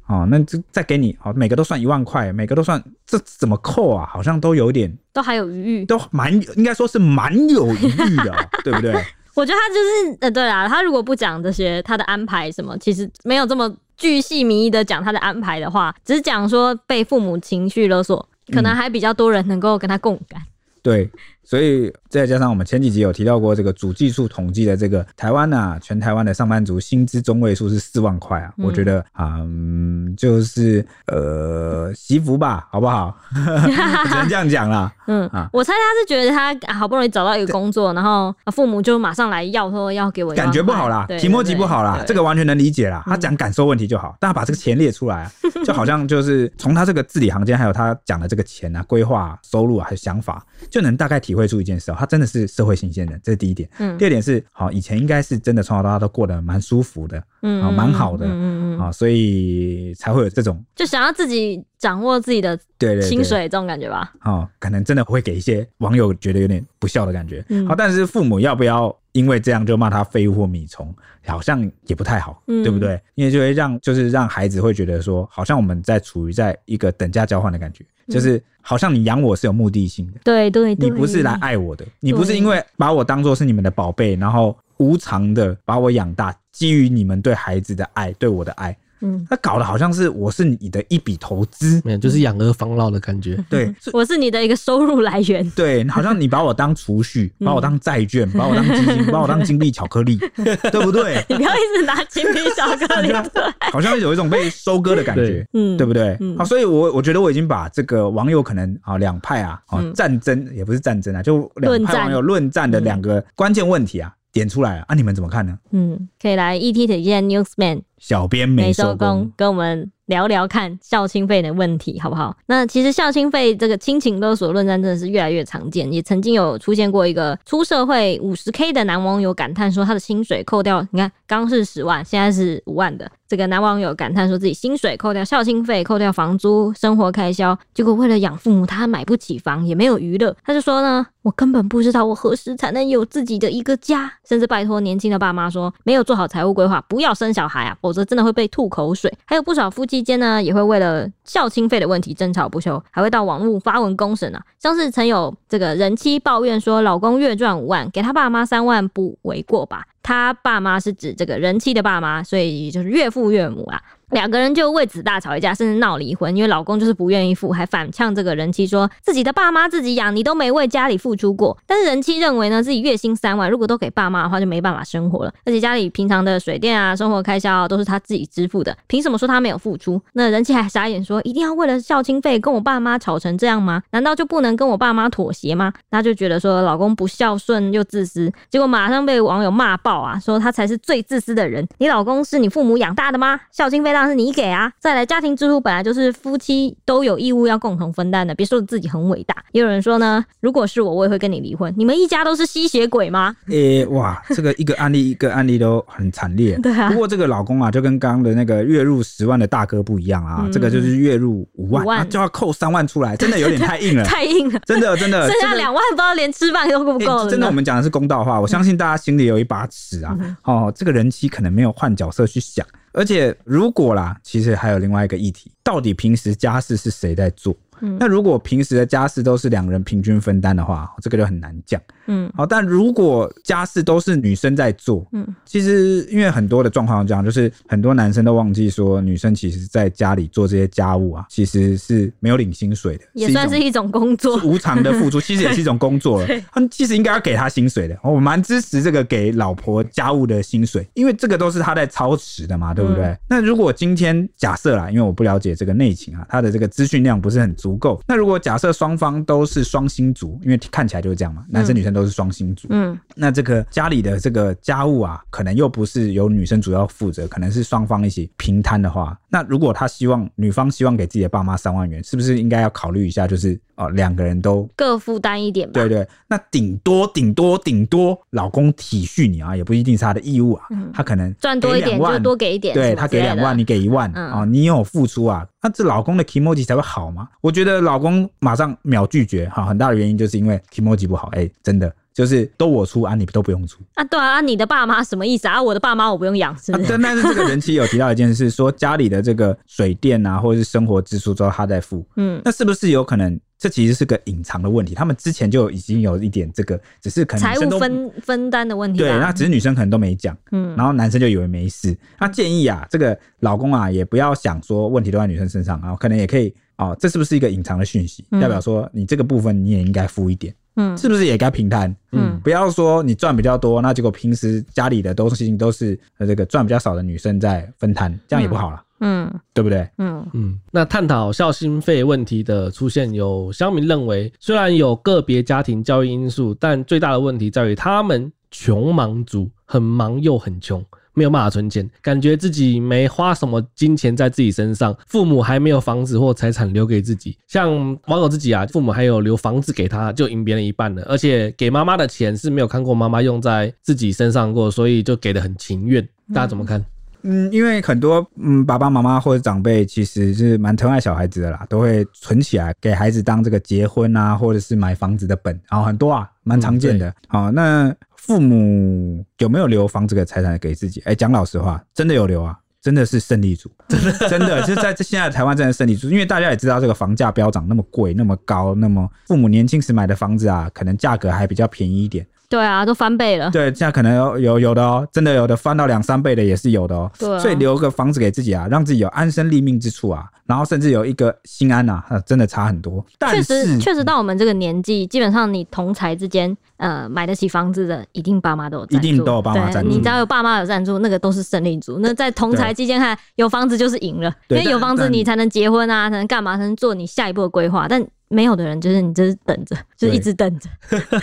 S2: 哦，那就再给你，哦，每个都算一万块，每个都算，这怎么扣啊？好像都有点，
S1: 都还有余裕。
S2: 都蛮，应该说是蛮有疑虑的、哦，对不对？
S1: 我觉得他就是呃，对啦，他如果不讲这些他的安排什么，其实没有这么巨细靡遗的讲他的安排的话，只是
S3: 嗯
S1: 讲说被父母情绪勒索，可能还比较多人能够跟他共感。
S2: 对，所以再加上我们前几集有提到过这个主计处统计的这个台湾啊，全台湾的上班族薪资中位数是四万块啊，
S1: 嗯
S2: 我觉得啊、嗯，就是呃，惜福吧，好不好？ 只能这样讲啦。
S1: 嗯，
S2: 啊
S1: 我猜他是觉得他啊好不容易找到一个工作，然后啊父母就马上来要说要给我一万
S2: 感觉不好啦
S1: 块，对
S2: 提莫吉不好啦，
S1: 对嗯
S2: 这个完全能理解啦。他讲感受问题就好，但他把这个钱列出 来啊，就好像就是从他这个字里行间，还有他讲的这个钱啊、规划啊、收入啊，还有想法，就能大概体会出一件事哦，他真的是社会新鲜人，这是第一点。
S1: 嗯
S2: 第二点是，好，以前应该是真的从小到大都过得蛮舒服的
S1: 嗯
S2: 啊蛮好的
S1: 嗯嗯嗯嗯，
S2: 啊，所以才会有这种
S1: 就想要自己掌握自己的
S2: 对对对
S1: 薪水这种感觉吧。
S2: 哦，可能真的会给一些网友觉得有点不孝的感觉。
S1: 嗯
S2: 好，但是父母要不要因为这样就骂他废物或米虫，好像也不太好，
S1: 嗯
S2: 对不对？因为就会让就是让孩子会觉得说，好像我们在处于在一个等价交换的感觉，就是好像你养我是有目的性的，
S1: 对嗯对对，
S2: 你不是来爱我的，你不是因为把我当做是你们的宝贝，然后无偿的把我养大，基于你们对孩子的爱，对我的爱，
S1: 嗯，
S2: 他搞得好像是我是你的一笔投资。
S3: 没有，就是养儿防老的感觉。
S2: 对， 所以
S1: 我是你的一个收入来 源。
S2: 对，好像你把我当储蓄，把我当债券，把我当基金，把我当金币巧克力，对不对？
S1: 你不要一直拿金皮巧克 力出来。
S2: 好像有一种被收割的感觉
S3: 对。
S1: 嗯，
S2: 对不对？
S1: 嗯
S2: 好，所以我我觉得我已经把这个网友可能啊两派啊啊
S1: 嗯
S2: 战争也不是战争啊，就两
S1: 论
S2: 派
S1: 战
S2: 网友论战的两个关键问题啊点出来了啊，你们怎么看呢？
S1: 嗯，可以来 ET 推荐 Newsman
S2: 小编没
S1: 没
S2: 收
S1: 收工
S2: 工，，
S1: 跟我们聊聊看校庆费的问题，好不好？那其实校庆费这个亲情勒索论战真的是越来越常见，也曾经有出现过一个出社会五十 K 的男网友感叹说，他的薪水扣掉，你看刚是十万，现在是五万的。这个男网友感叹说自己薪水扣掉校庆费、扣掉房租、生活开销，结果为了养父母，他买不起房，也没有娱乐。他就说呢，我根本不知道我何时才能有自己的一个家，甚至拜托年轻的爸妈说，没有做好财务规划，不要生小孩啊，否则真的会被吐口水。还有不少夫妻间呢，也会为了校庆费的问题争吵不休，还会到网络发文公审啊。像是曾有这个人妻抱怨说，老公月赚五万，给他爸妈三万不为过吧？他爸妈是指这个人妻的爸妈，所以就是岳父岳母啊。两个人就为此大吵一架，甚至闹离婚，因为老公就是不愿意付，还反呛这个人妻说自己的爸妈自己养，你都没为家里付出过。但是人妻认为呢，自己月薪三万，如果都给爸妈的话，就没办法生活了，而且家里平常的水电啊、生活开销、啊、都是他自己支付的，凭什么说他没有付出？那人妻还傻眼说，一定要为了孝亲费跟我爸妈吵成这样吗？难道就不能跟我爸妈妥协吗？那就觉得说老公不孝顺又自私，结果马上被网友骂爆啊，说他才是最自私的人。你老公是你父母养大的吗？孝敬费当然是你给啊。再来，家庭支出本来就是夫妻都有义务要共同分担的，别说自己很伟大。也有人说呢，如果是我，我也会跟你离婚。你们一家都是吸血鬼吗？
S2: 诶、哇，这个一个案例一个案例都很惨烈。
S1: 对啊
S2: 不过这个老公啊，就跟刚刚的那个月入十万的大哥不一样啊，
S1: 嗯
S2: 这个就是月入五万，
S1: 五万
S2: 啊就要扣三万出来，真的有点太 硬了。
S1: 太硬了，
S2: 真的真 的，
S1: 剩
S2: 这
S1: 下
S2: 个
S1: 两万不知道连吃饭都够不
S2: 欸
S1: 够了呢、
S2: 真的，我们讲的是公道话，我相信大家心里有一把尺啊。哦，这个人妻可能没有换角色去想，而且如果啦，其实还有另外一个议题，到底平时家事是谁在做？
S1: 嗯
S2: 那如果平时的家事都是两人平均分担的话，这个就很难讲。
S1: 嗯
S2: 好，但如果家事都是女生在做，
S1: 嗯
S2: 其实因为很多的状况这样，就是很多男生都忘记说，女生其实在家里做这些家务啊，其实是没有领薪水的，
S1: 也
S2: 一
S1: 算
S2: 种
S1: 是一种工作
S2: 是。无偿的 付出，其实也是一种工作了。他们其实应该要给他薪水的，哦我蛮支持这个给老婆家务的薪水，因为这个都是他在操持的嘛，对不对？
S1: 嗯
S2: 那如果今天假设啦，因为我不了解这个内情啊，他的这个资讯量不是很足够。那如果假设双方都是双薪族，因为看起来就是这样嘛，男生女生都是双薪族，
S1: 嗯
S2: 那这个家里的这个家务啊，可能又不是由女生主要负责，可能是双方一起平摊的话，那如果她希望女方希望给自己的爸妈三万元，是不是应该要考虑一下，就是哦两个人都。
S1: 各负担一点吧。
S2: 对对，那顶多顶多顶多，老公体恤你啊，也不一定是他的义务啊，他可能
S1: 赚多一
S2: 给
S1: 点
S2: 两万
S1: 就多给一嗯点，
S2: 对
S1: 什么
S2: 他
S1: 之
S2: 给
S1: 类
S2: 两
S1: 的
S2: 万，你给一万啊、
S1: 嗯
S2: 哦你有付出啊，那这老公的 emoji 才会好嘛？我觉得老公马上秒拒绝，哈，很大的原因就是因为 emoji 不好，哎、真的就是都我出啊，你都不用出。
S1: 啊，对啊，啊你的爸妈什么意思啊？我的爸妈我不用养，是
S2: 啊
S1: 不，是？
S2: 但但是这个人妻有提到一件事，说家里的这个水电啊，或者是生活支出都他在付，
S1: 嗯，
S2: 那是不是有可能这其实是个隐藏的问题？他们之前就已经有一点这个，只是可能
S1: 财
S2: 女生
S1: 务
S2: 都
S1: 分分担的问题吧。
S2: 对，那只是女生可能都没讲，
S1: 嗯
S2: 然后男生就以为没事。他建议啊，这个老公啊，也不要想说问题都在女生身上啊，可能也可以哦，这是不是一个隐藏的讯息？
S1: 嗯
S2: 代表说你这个部分你也应该付一点。
S1: 嗯
S2: 是不是也该平摊？
S1: 嗯
S2: 不要说你赚比较多，那结果平时家里的东西都是呃这个赚比较少的女生在分摊，这样也不好了，
S1: 嗯
S2: 对不对？
S1: 嗯
S3: 嗯，那探讨孝心费问题的出现，有乡民认为，虽然有个别家庭教育因素，但最大的问题在于他们穷忙族，很忙又很穷。没有办法存钱，感觉自己没花什么金钱在自己身上，父母还没有房子或财产留给自己。像网友自己啊，父母还有留房子给他，就赢别人一半了。而且给妈妈的钱是没有看过妈妈用在自己身上过，所以就给的很情愿。大家怎么看？
S2: 嗯，因为很多嗯爸爸妈妈或者长辈其实是蛮疼爱小孩子的啦，都会存起来给孩子当这个结婚啊，或者是买房子的本，然、后很多啊，蛮常见的。好、那父母有没有留房子的财产给自己？哎、讲老实话，真的有留啊。真的是胜利组，真的真的就是在这现在台湾真的胜利组，因为大家也知道这个房价飙涨那么贵，那么高，那么父母年轻时买的房子啊，可能价格还比较便宜一点，
S1: 对啊，都翻 倍了。
S2: 对，现在可能有有有的哦，真的有的翻到两三倍的也是有的哦。
S1: 对啊
S2: 所以留个房子给自己啊，让自己有安身立命之处啊，然后甚至有一个心安啊， 啊真的差很多。但
S1: 确
S2: 是
S1: 实，确实到我们这个年纪，基本上你同才之间，呃，买得起房子的，一定爸妈都有赞助，
S2: 一定都有爸妈赞助
S1: 对你只要有爸妈有赞助，那个都是胜利组。那在同才之间看，有房子就是赢了，因
S2: 对
S1: 为有
S2: 但
S1: 房子
S2: 但
S1: 你才能结婚啊，才能干嘛，才能做你下一步的规划。但没有的人，就是你就是等着，就是一直等着。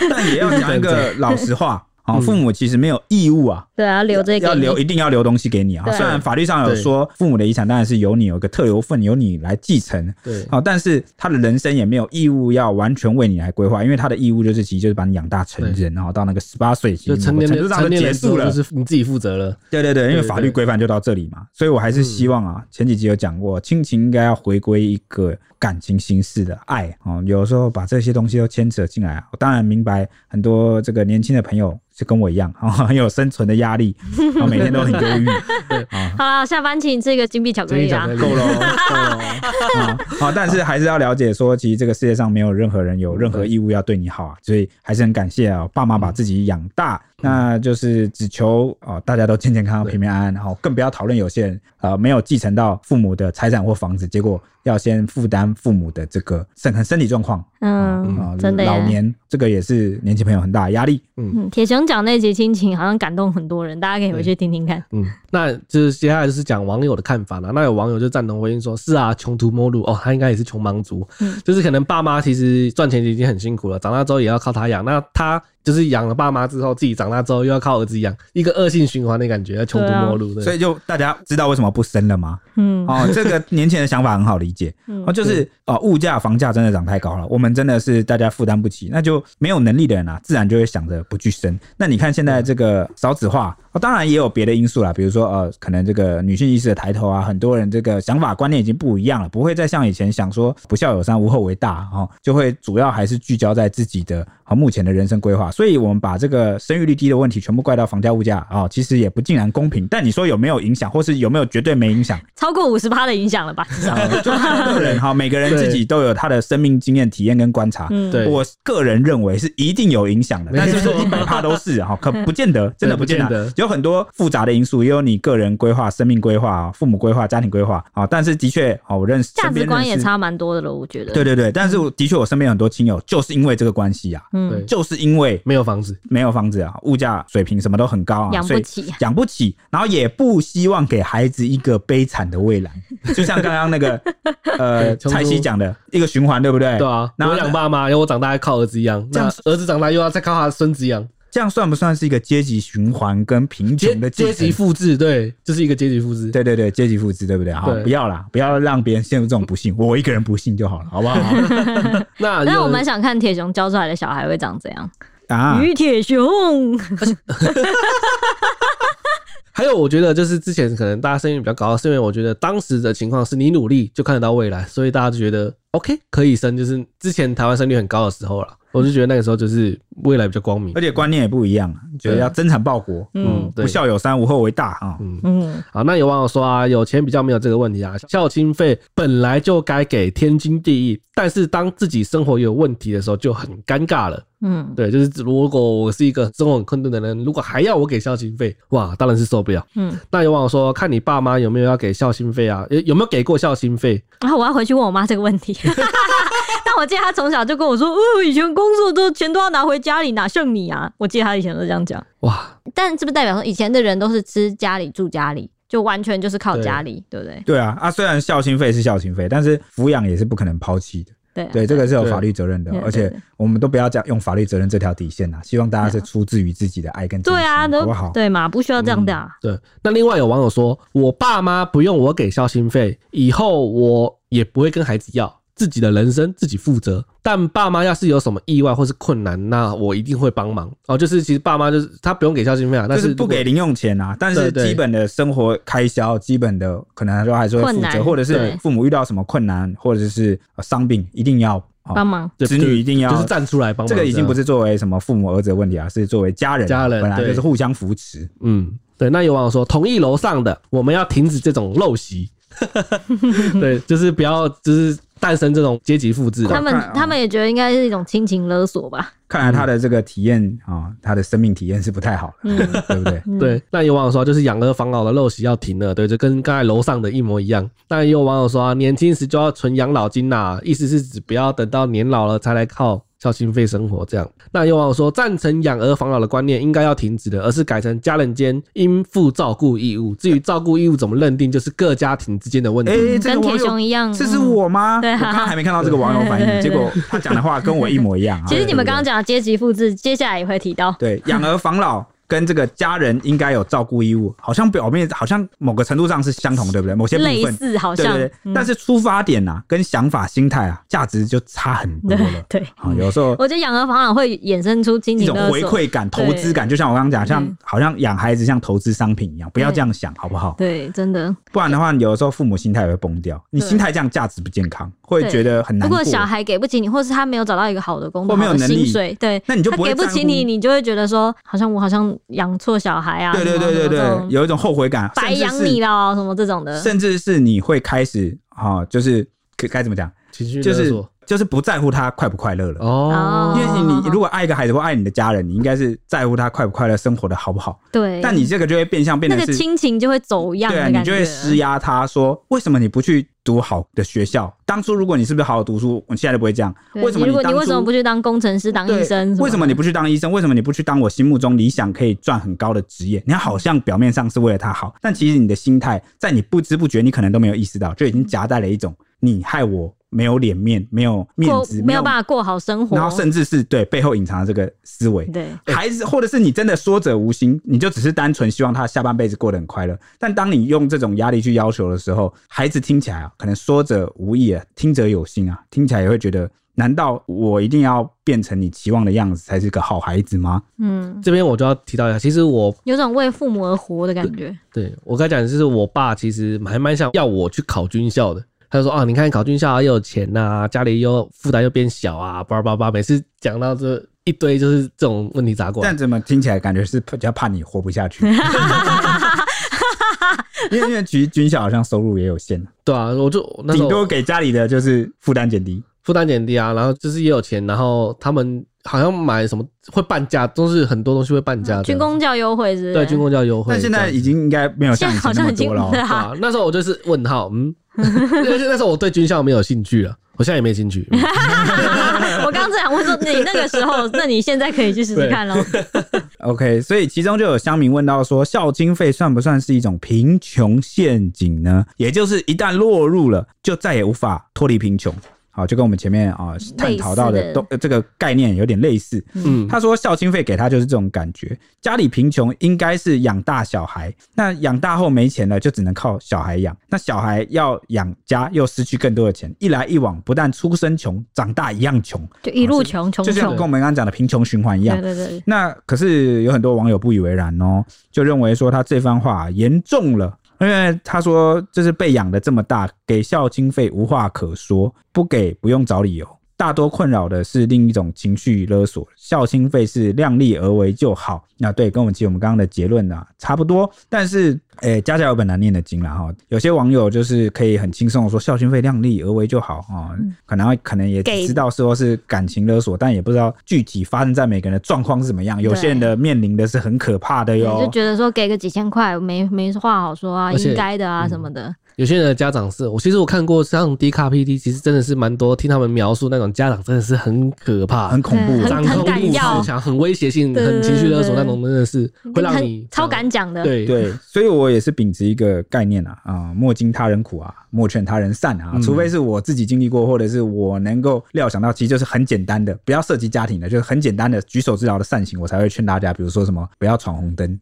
S2: 但也要讲一个老实话啊、
S3: 嗯
S2: 父母其实没有义务啊。
S1: 对啊，留这个
S2: 要留一定要留东西给你啊！
S1: 对
S2: 虽然法律上有
S3: 对
S2: 说父母的遗产当然是由你有一个特留份，由你来继承，
S3: 对，
S2: 好，但是他的人生也没有义务要完全为你来规划，因为他的义务就是其实就是把你养大成人，然后到那个十八岁，
S3: 就成年
S2: 程
S3: 人
S2: 度上
S3: 成
S2: 就
S3: 年
S2: 结
S3: 人之
S2: 束
S3: 后
S2: 了
S3: 就。是你自己负责了。
S2: 对对对，因为
S3: 对对
S2: 法律规范就到这里嘛，所以我还是希望啊，前几集有讲过，亲情应该要回归一个感情形式的爱啊、哦，有时候把这些东西都牵扯进来啊。我当然明白很多这个年轻的朋友是跟我一样啊、很有生存的压力，啊、每天都很忧郁啊。
S1: 好了，下班请你吃一个金币巧克力啊！
S2: 够 了哦，够了哦，啊、好，但是还是要了解说，其实这个世界上没有任何人有任何义务要对你好啊，所以还是很感谢啊、爸妈把自己养大，那就是只求啊、大家都健健康康、平平安安，然后更不要讨论有些人啊、呃没有继承到父母的财产或房子，结果要先负担父母的这个身身体状况
S1: 嗯，
S2: 啊、
S1: 真的耶
S2: 老年这个也是年轻朋友很大的压力。
S1: 嗯，铁熊讲那集亲情好像感动很多人，大家可以回去听听看。
S3: 嗯，那就是接下来就是讲网友的看法了。那有网友就赞同回应说：“是啊，穷途末路哦，他应该也是穷忙族，
S1: 嗯
S3: 就是可能爸妈其实赚钱已经很辛苦了，长大之后也要靠他养。那他就是养了爸妈之后，自己长大之后又要靠儿子养，一个恶性循环的感觉，穷途末路。
S2: 啊
S3: 对
S2: 所以就大家知道为什么不生了吗？
S1: 嗯
S2: 哦，这个年轻人的想法很好理解，
S1: 嗯
S2: 哦，就是哦，物价、房价真的涨太高了，我们真的是大家负担不起，那就没有能力的人啊，自然就会想着不去生。那你看现在这个少子化，哦，当然也有别的因素啦，比如说呃，可能这个女性意识的抬头啊，很多人这个想法观念已经不一样了，不会再像以前想说不孝有三，无后为大哦，就会主要还是聚焦在自己的和、哦目前的人生规划。所以我们把这个生育率低的问题全部怪到房价、物价啊、哦，其实也不尽然公平。但你说有没有影响，或是有没有绝对没影响？
S1: 超过五十趴的影响了吧？至少
S2: 就看个人哈，每个人自己都有他的生命经验、体验跟观察。
S1: 嗯
S3: 对
S2: 我个人认为是一定有影响的，
S3: 没
S2: 但是不
S3: 错
S2: 是一百趴都是啊 哈，可不见得，真的不见
S3: 不见
S2: 得
S3: 得，
S2: 有很多复杂的因素，也有你个人规划、生命规划、父母规划、家庭规划啊。但是的确，哦，我认识
S1: 价
S2: 身边
S1: 值观也
S2: 认识
S1: 差蛮多的了，我觉得。
S2: 对对对，但是我的确，我身边很多亲友就是因为这个关系啊，
S1: 嗯
S3: 对，
S2: 就是因为
S3: 没有房子，
S2: 没有房子啊，物价水平什么都很高啊，
S1: 养
S2: 所
S1: 不
S2: 以
S1: 起。
S2: 养不起，然后也不希望给孩子一个悲惨的未来， 就像刚刚那个呃
S3: 对穷
S2: 蔡
S3: 途
S2: 西讲的一个循环，对不对？
S3: 对啊，
S2: 那
S3: 我养爸妈，然后我长大还靠儿子养，
S2: 这
S3: 那
S2: 样
S3: 儿子长大又要再靠他的孙子养，
S2: 这样算不算是一个阶级循环跟贫
S3: 阶
S2: 穷的
S3: 阶
S2: 继承
S3: 级？复制，对，就是一个阶级复制。
S2: 对对对，阶级复制，对不对？好，
S3: 对
S2: 不要啦，不要让别人陷入这种不幸，我一个人不幸就好了，好不 好？
S3: 那
S1: 那
S3: 有
S1: 我
S3: 人
S1: 们想看铁熊教出来的小孩会长怎样？
S2: 啊，
S1: 于铁熊，
S3: 还有，我觉得就是之前可能大家声音比较高，是因为我觉得当时的情况是你努力就看得到未来，所以大家就觉得 OK 可以生，就是之前台湾生育很高的时候了，我就觉得那个时候就是未来比较光明
S2: 而。且观念也不一样啊，觉得要增产报国，
S1: 嗯
S2: 不
S3: 对。
S2: 孝有三，无后为大啊。
S1: 嗯，
S3: 好，那有网友说啊，有钱比较没有这个问题啊，孝亲费本来就该给天经地义，但是当自己生活有问题的时候就很尴尬了。
S1: 嗯
S3: 对，就是如果我是一个生活很困顿的人，如果还要我给孝心费，哇，当然是受不了。
S1: 嗯，
S3: 那有网友说，看你爸妈有没有要给孝心费啊？有有没有给过孝心费？
S1: 然后我要回去问我妈这个问题，但我我记得他从小就跟我说，哦，以前工作都钱都要拿回家里，哪像你啊？我记得他以前都这样讲。
S3: 哇，
S1: 但是不是代表说以前的人都是吃家里住家里，就完全就是靠
S3: 对
S1: 家里，对不对？
S2: 对啊，啊，虽然孝心费是孝心费，但是抚养也是不可能抛弃的。
S1: 对啊
S2: 对，这个是有法律责任的
S1: 对，
S2: 而且
S1: 对
S2: 我们都不要这样用法律责任这条底线啊！希望大家是出自于自己的爱跟真
S1: 对
S2: 心，
S1: 啊，
S2: 嗯好不好？嗯
S1: 对嘛，不需要这样的、啊
S3: 对。那另外有网友说，我爸妈不用我给孝心费，以后我也不会跟孩子要，自己的人生自己负责。但爸妈要是有什么意外或是困难，那我一定会帮忙。哦，就是其实爸妈就是他不用给孝心费啊，但
S2: 就是
S3: 是
S2: 不给
S3: 如果。
S2: 零用钱啊，但是
S3: 对对
S2: 基本的生活开销，基本的可能都还是会负
S1: 困难
S2: 责，或者是
S1: 对
S2: 父母遇到什么困难，或者是呃伤病，一定要哦
S1: 帮忙。
S3: 对
S2: 子女一定要
S3: 就是站出来帮忙，
S2: 这个已经不是作为什么父母儿子的问题啊，是作为家人啊，
S3: 家人
S2: 本来就
S3: 对
S2: 是互相扶持。
S3: 嗯，对。那有网友说，同意楼上的，我们要停止这种陋习。对，就是不要，就是诞生这种阶级复制
S1: 他
S3: 的。
S1: 们
S2: 看啊
S1: 他们也觉得应该是一种亲情勒索吧？
S2: 看来他的这个体验啊、他的生命体验是不太好了，
S1: 嗯，
S2: 对不对？
S1: 嗯，
S3: 对，那有网友说，就是养儿防老的陋习要停了，对，就跟刚才楼上的一模一样。那也有网友说、
S1: 嗯
S3: 啊，年轻时就要存养老金啦、意思是指不要等到年老了才来靠孝心费生活这样。那有网友说，赞成养儿防老的观念应该要停止的，而是改成家人间应负照顾义务。至于照顾义务怎么认定，就是各家庭之间的问题。
S2: 哎、这
S1: 跟
S2: 个网
S1: 铁
S2: 友
S1: 熊一样，
S2: 这是
S1: 嗯
S2: 我吗？
S1: 对啊
S2: 我刚刚还没看到这个网友反 应，
S1: 对对对
S2: 结果他讲的话跟我一模一样 啊。
S1: 嗯其实你们刚刚讲的阶级复制，接下来也会提到。
S2: 对养儿防老。跟这个家人应该有照顾义务，好像表面好像某个程度上是相同，对不对？某些部
S1: 类
S2: 分，
S1: 似好
S2: 对
S1: 像，
S2: 对对。
S1: 嗯
S2: 但是出发点啊，跟想法、心态啊、价值就差很多了。
S1: 对，
S2: 啊，有时候
S1: 我觉得养儿防老会衍生出亲
S2: 一
S1: 情
S2: 种
S1: 勒
S2: 回
S1: 索。嗯
S2: 馈感、投资感，就像我刚刚讲，像好像养孩子像投资商品一样，不要这样想，好不好？
S1: 对，真的。
S2: 不然的话，有的时候父母心态也会崩掉，你
S1: 对
S2: 心态这样价值不健康，会
S1: 对
S2: 觉得很难
S1: 如
S2: 过。
S1: 果小孩给不起你，或是他没有找到一个好的工作、
S2: 或没有
S1: 好的
S2: 能力
S1: 薪水，对，
S2: 那你就
S1: 他
S2: 不会
S1: 给不起
S2: 在
S1: 你，
S2: 乎
S1: 你就会觉得说，好像我好像养错小孩啊，
S2: 对对
S1: 什么
S2: 对对
S1: 什么这
S2: 对，
S1: 种
S2: 有一种后悔感，
S1: 白养你了，什么这种的。
S2: 甚至是，甚至是你会开始哈、就是可该怎么讲，
S3: 情绪
S2: 就
S3: 勒
S2: 是
S3: 索
S2: 就是不在乎他快不快乐了。
S3: 哦
S1: 哦，
S2: 因为
S1: 好好
S2: 你
S1: 好
S2: 如果爱一个孩子或爱你的家人，你应该是在乎他快不快乐，生活的好不好。
S1: 对，
S2: 但你这个就会变相变
S1: 那
S2: 成
S1: 个
S2: 是，
S1: 亲情就会走样
S2: 对啊，
S1: 的
S2: 你
S1: 感
S2: 就
S1: 觉，
S2: 会施压他说，为什么你不去读好的学校？当初如果你是不是好好读书，我现在就不会这样。
S1: 对
S2: 为什么
S1: 如果
S2: 当
S1: 你
S2: 初
S1: 为什么不去当工程师、当
S2: 对
S1: 医生？
S2: 为什么
S1: 的
S2: 你不去当医生？为什么你不去当我心目中理想可以赚很高的职业？你好像表面上是为了他好，但其实你的心态，在你不知不觉，你可能都没有意识到，就已经夹带了一种你害我没有脸面、没有面
S1: 过
S2: 子、
S1: 没有办
S2: 法，
S1: 法过好生活？
S2: 然后甚至是对背后隐藏的这个思维。
S1: 对，
S2: 孩子，或者是你真的说者无心，你就只是单纯希望他下半辈子过得很快乐。但当你用这种压力去要求的时候，孩子听起来啊，可能说者无意啊，听者有心啊，听起来也会觉得，难道我一定要变成你期望的样子才是个好孩子吗？
S1: 嗯，
S3: 这边我就要提到一下，其实我
S1: 有种为父母而活的感觉。
S2: 啊
S3: 对我刚才讲，就是我爸其实还蛮想要我去考军校的。他就说啊，你看考军校啊又有钱呐、家里又负担又变小啊，叭叭叭，每次讲到这一堆就是这种问题砸过来
S2: 但。怎么听起来感觉是比较怕你活不 下去？因为因为其实军校好像收入也有限，
S3: 对啊，我就那时
S2: 顶多
S3: 候
S2: 给家里的就是负担减低。
S3: 负担减低啊，然后就是也有钱，然后他们好像买什么会半价，都是很多东西会半价的。
S1: 军工教优惠是不是
S3: 对军工叫优惠，
S2: 但现在
S3: 这样
S2: 已经应该没有
S1: 现
S2: 像以
S1: 在好
S2: 前那
S1: 像
S2: 么
S1: 已经
S2: 多了哦、
S1: 对啊
S3: 啊，那时候我就是问号， 嗯，那那时候我对军校没有兴趣了，我现在也没兴趣。 嗯
S1: 我刚刚正想问说，你那个时候，那你现在可以去试试看喽。
S2: OK，所以其中就有乡民问到说，孝经费算不算是一种贫穷陷阱呢？也就是一旦落入了，就再也无法脱离贫穷。好，就跟我们前面啊、探讨到
S1: 类似
S2: 的
S1: 的
S2: 都、呃这个概念有点类似。
S3: 嗯，
S2: 他说孝经费给他就是这种感觉，家里贫穷应该是养大小孩，那养大后没钱了，就只能靠小孩养。那小孩要养家，又失去更多的钱，一来一往，不但出生穷，长大一样穷，
S1: 就一路穷穷
S2: 就像
S1: 穷
S2: 跟，我们刚刚讲的贫穷循环一样
S1: 对。对对，
S2: 那可是有很多网友不以为然哦，就认为说他这番话严重了，因为他说就是被养的这么大，给孝经费无话可说，不给不用找理由。大多困扰的是另一种情绪勒索，孝心费是量力而为就好。那对，跟我们其实我们刚刚的结论啊差不多，但是诶、家家有本难念的经啦哈。有些网友就是可以很轻松的说孝心费量力而为就好啊、可能可能也
S1: 给
S2: 知道说是感情勒索，但也不知道具体发生在每个人的状况是怎么样。有些人的面临的是很可怕的
S1: 就
S2: 哟。
S1: 觉得说给个几千块没没话好说啊，
S3: 哦而且嗯
S1: 应该的啊什么的，
S3: 有些人的家长是我，其实我看过像 D 卡 PD，其实真的是蛮多，听他们描述那种家长真的是很可怕，
S2: 很恐怖啊
S1: 对，
S3: 掌
S1: 很
S3: 控
S1: 敢
S3: 力
S1: 要
S3: 很强，很威胁性，
S1: 对对
S3: 很情绪勒索
S1: 对
S3: 那种，真的是会让
S1: 很
S3: 你嗯
S1: 超敢讲的，
S3: 对
S2: 对，所以我也是秉持一个概念啊，啊、莫经他人苦啊，莫劝他人善啊。
S3: 嗯
S2: 除非是我自己经历过，或者是我能够料想到，其实就是很简单的，不要涉及家庭的，就是很简单的举手之劳的善行，我才会劝大家，比如说什么不要闯红 灯，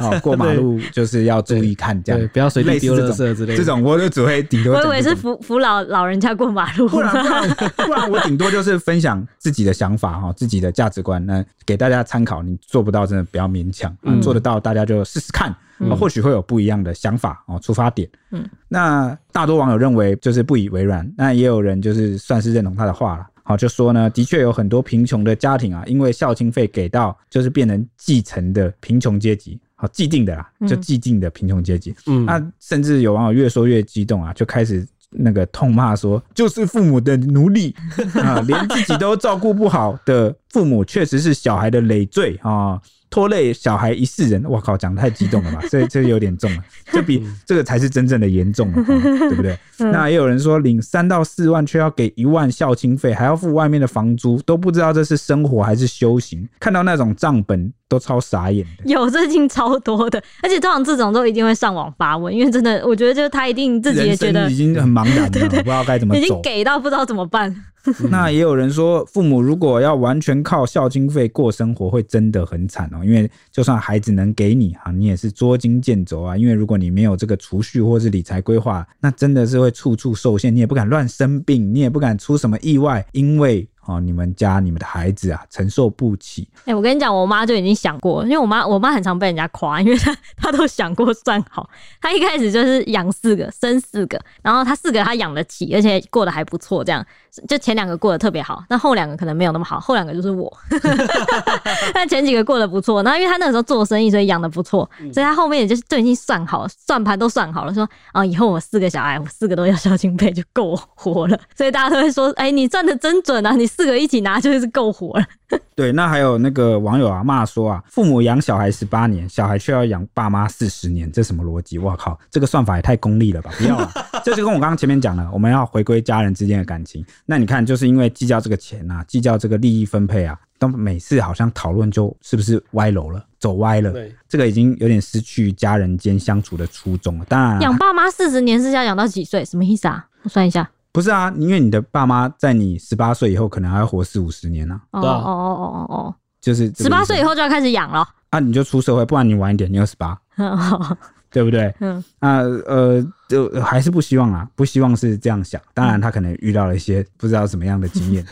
S2: 啊、过马路就是要注意看这
S3: 对，
S2: 样。
S3: 不要随地
S2: 类似
S3: 丢垃
S2: 这
S3: 圾之类的。
S2: 这种我就只会顶多
S1: 我以
S2: 讲
S1: 为
S2: 这
S1: 是
S2: 种
S1: 扶扶老老人家过马路，
S2: 不然不然不然，我顶多就是分享自己的想法哈，自己的价值观，那给大家参考。你做不到，真的不要勉强；啊
S1: 嗯
S2: 做得到，大家就试试看，
S1: 嗯
S2: 啊或许会有不一样的想法哦，出发点。
S1: 嗯，
S2: 那大多网友认为就是不以为然，那也有人就是算是认同他的话了。好，就说呢，的确有很多贫穷的家庭啊，因为孝亲费给到，就是变成继承的贫穷阶级，好既定的啦，就
S1: 嗯
S2: 既定的贫穷阶级。
S3: 嗯，
S2: 那甚至有网友越说越激动啊，就开始那个痛骂说，就是父母的 奴隶啊，连自己都照顾不好的父母，确实是小孩的累赘啊。拖累小孩一世人，我靠，讲得太激动了 吧？这这有点重了，这比这个才是真正的严重了， 啊对不对？
S1: 嗯
S2: 那也有人说，领三到四万却要给一万孝亲费，还要付外面的房租，都不知道这是生活还是修行。看到那种账本都超傻眼 的。
S1: 有最近超多的，而且通常这种都一定会上网发文，因为真的，我觉得就是他一定自己也
S2: 人
S1: 觉
S2: 生
S1: 得
S2: 已经很茫然 了，我不知道该怎么
S1: 已
S2: 走
S1: 经。给到不知道怎么办，
S2: 那也有人说，父母如果要完全靠孝经费过生活，会真的很惨哦。因为就算孩子能给你啊，你也是捉襟见肘啊。因为如果你没有这个储蓄或是理财规划，那真的是会处处受限，你也不敢乱生病，你也不敢出什么意外，因为哦，你们家你们的孩子啊，承受不起。
S1: 哎、我跟你讲，我妈就已经想过，因为我妈我妈很常被人家夸，因为她她都想过算好。她一开始就是养四个，生四个，然后她四个她养得起，而且过得还不错，这样就前两个过得特别好，那后两个可能没有那么好，后两个就是我。 但前几个过得不错，然后因为她那个时候做生意，所以养得不错，所以她后面也就是就已经算好了，算盘都算好了，说啊、以后我四个小孩，我四个都要孝敬费就够我活了。所以大家都会说，哎、你算的真准啊，你四个一起拿就是够活了。
S2: 对，那还有那个网友啊骂说啊，父母养小孩十八年，小孩却要养爸妈四十年，这什么逻辑？我靠，这个算法也太功利了吧！不要啊，这就跟我刚刚前面讲了，我们要回归家人之间的感情。那你看，就是因为计较这个钱啊，计较这个利益分配啊，但每次好像讨论就是不是歪楼了，走歪了，
S3: 对，
S2: 这个已经有点失去家人间相处的初衷了。当然啊、
S1: 养爸妈四十年是要养到几岁？什么意思啊？我算一下。
S2: 不是啊，因为你的爸妈在你十八岁以后，可能还要活四五十年呢、
S1: 哦
S2: 啊，
S1: 哦
S3: 对啊
S1: 哦哦哦，
S2: 就是这个
S1: 十八
S2: 意思
S1: 岁以后就要开始养了。
S2: 啊，你就出社会，不然你晚一点，你二十八，对不对？
S1: 嗯，
S2: 那呃，就呃还是不希望啊，不希望是这样想。当然，他可能遇到了一些不知道什么样的 经验，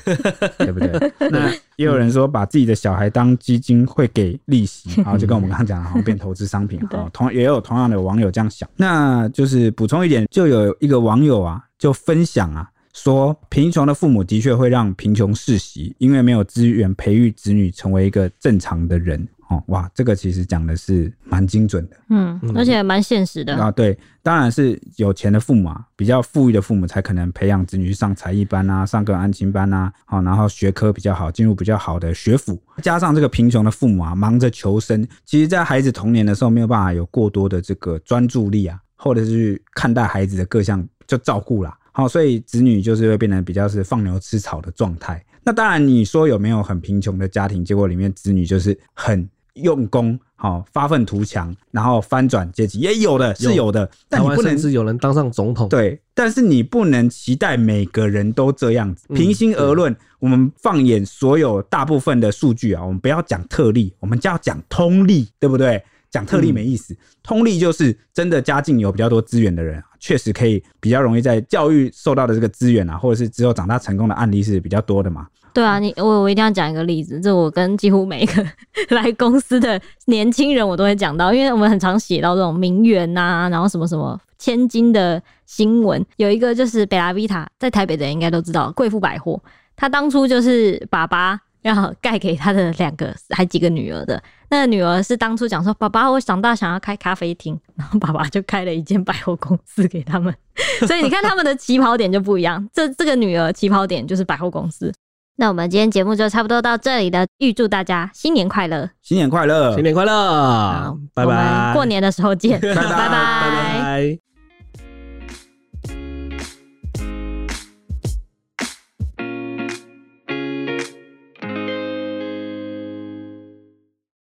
S2: 对不对？那也有人说把自己的小孩当基金会给利息，然后就跟我们刚刚讲的，好像变投资商品。
S1: 对
S2: 好，同也有同样的网友这样想。那就是补充一点，就有一个网友啊，就分享啊。说贫穷的父母的确会让贫穷世袭，因为没有资源培育子女成为一个正常的人哦。哇，这个其实讲的是蛮精准的。
S1: 嗯，而且蛮现实的。
S2: 啊，对，当然是有钱的父母啊，比较富裕的父母才可能培养子女去上才艺班啊，上个安亲班啊，好，然后学科比较好，进入比较好的学府。加上这个贫穷的父母啊，忙着求生，其实在孩子童年的时候没有办法有过多的这个专注力啊，或者是去看待孩子的各项就照顾啦。好，所以子女就是会变得比较是放牛吃草的状态。那当然，你说有没有很贫穷的家庭，结果里面子女就是很用功，好、发愤图强，然后翻转阶级，也有的是有的，但
S3: 台
S2: 你
S3: 湾
S2: 不能
S3: 甚至有人当上总统，
S2: 对，但是你不能期待每个人都这样子。
S3: 嗯
S2: 平心而论，我们放眼所有大部分的数据啊，我们不要讲特例，我们就要讲通例，对不对？讲特例没意
S3: 嗯
S2: 思，通例就是真的家境有比较多资源的人啊，确实可以比较容易在教育受到的这个资源啊，或者是之后长大成功的案例是比较多的嘛。
S1: 对啊，你我我一定要讲一个例子，这我跟几乎每一个 来公司的年轻人我都会讲到，因为我们很常写到这种名媛呐、然后什么什么千金的新闻。有一个就是贝拉维塔，在台北的人应该都知道，贵妇百货，她当初就是爸爸让盖给她的两个还几个女儿的，那个女儿是当初讲说：“爸爸，我长大想要开咖啡厅。”然后爸爸就开了一间百货公司给他们。 所以你看他们的起跑点就不一样。这这个女儿起跑点就是百货公司。那我们今天节目就差不多到这里了，预祝大家新年快乐！
S2: 新年快乐，
S3: 新年快乐，拜
S1: 我们
S3: 拜，
S1: 过年的时候见，拜
S2: 拜
S1: 拜
S3: 拜拜。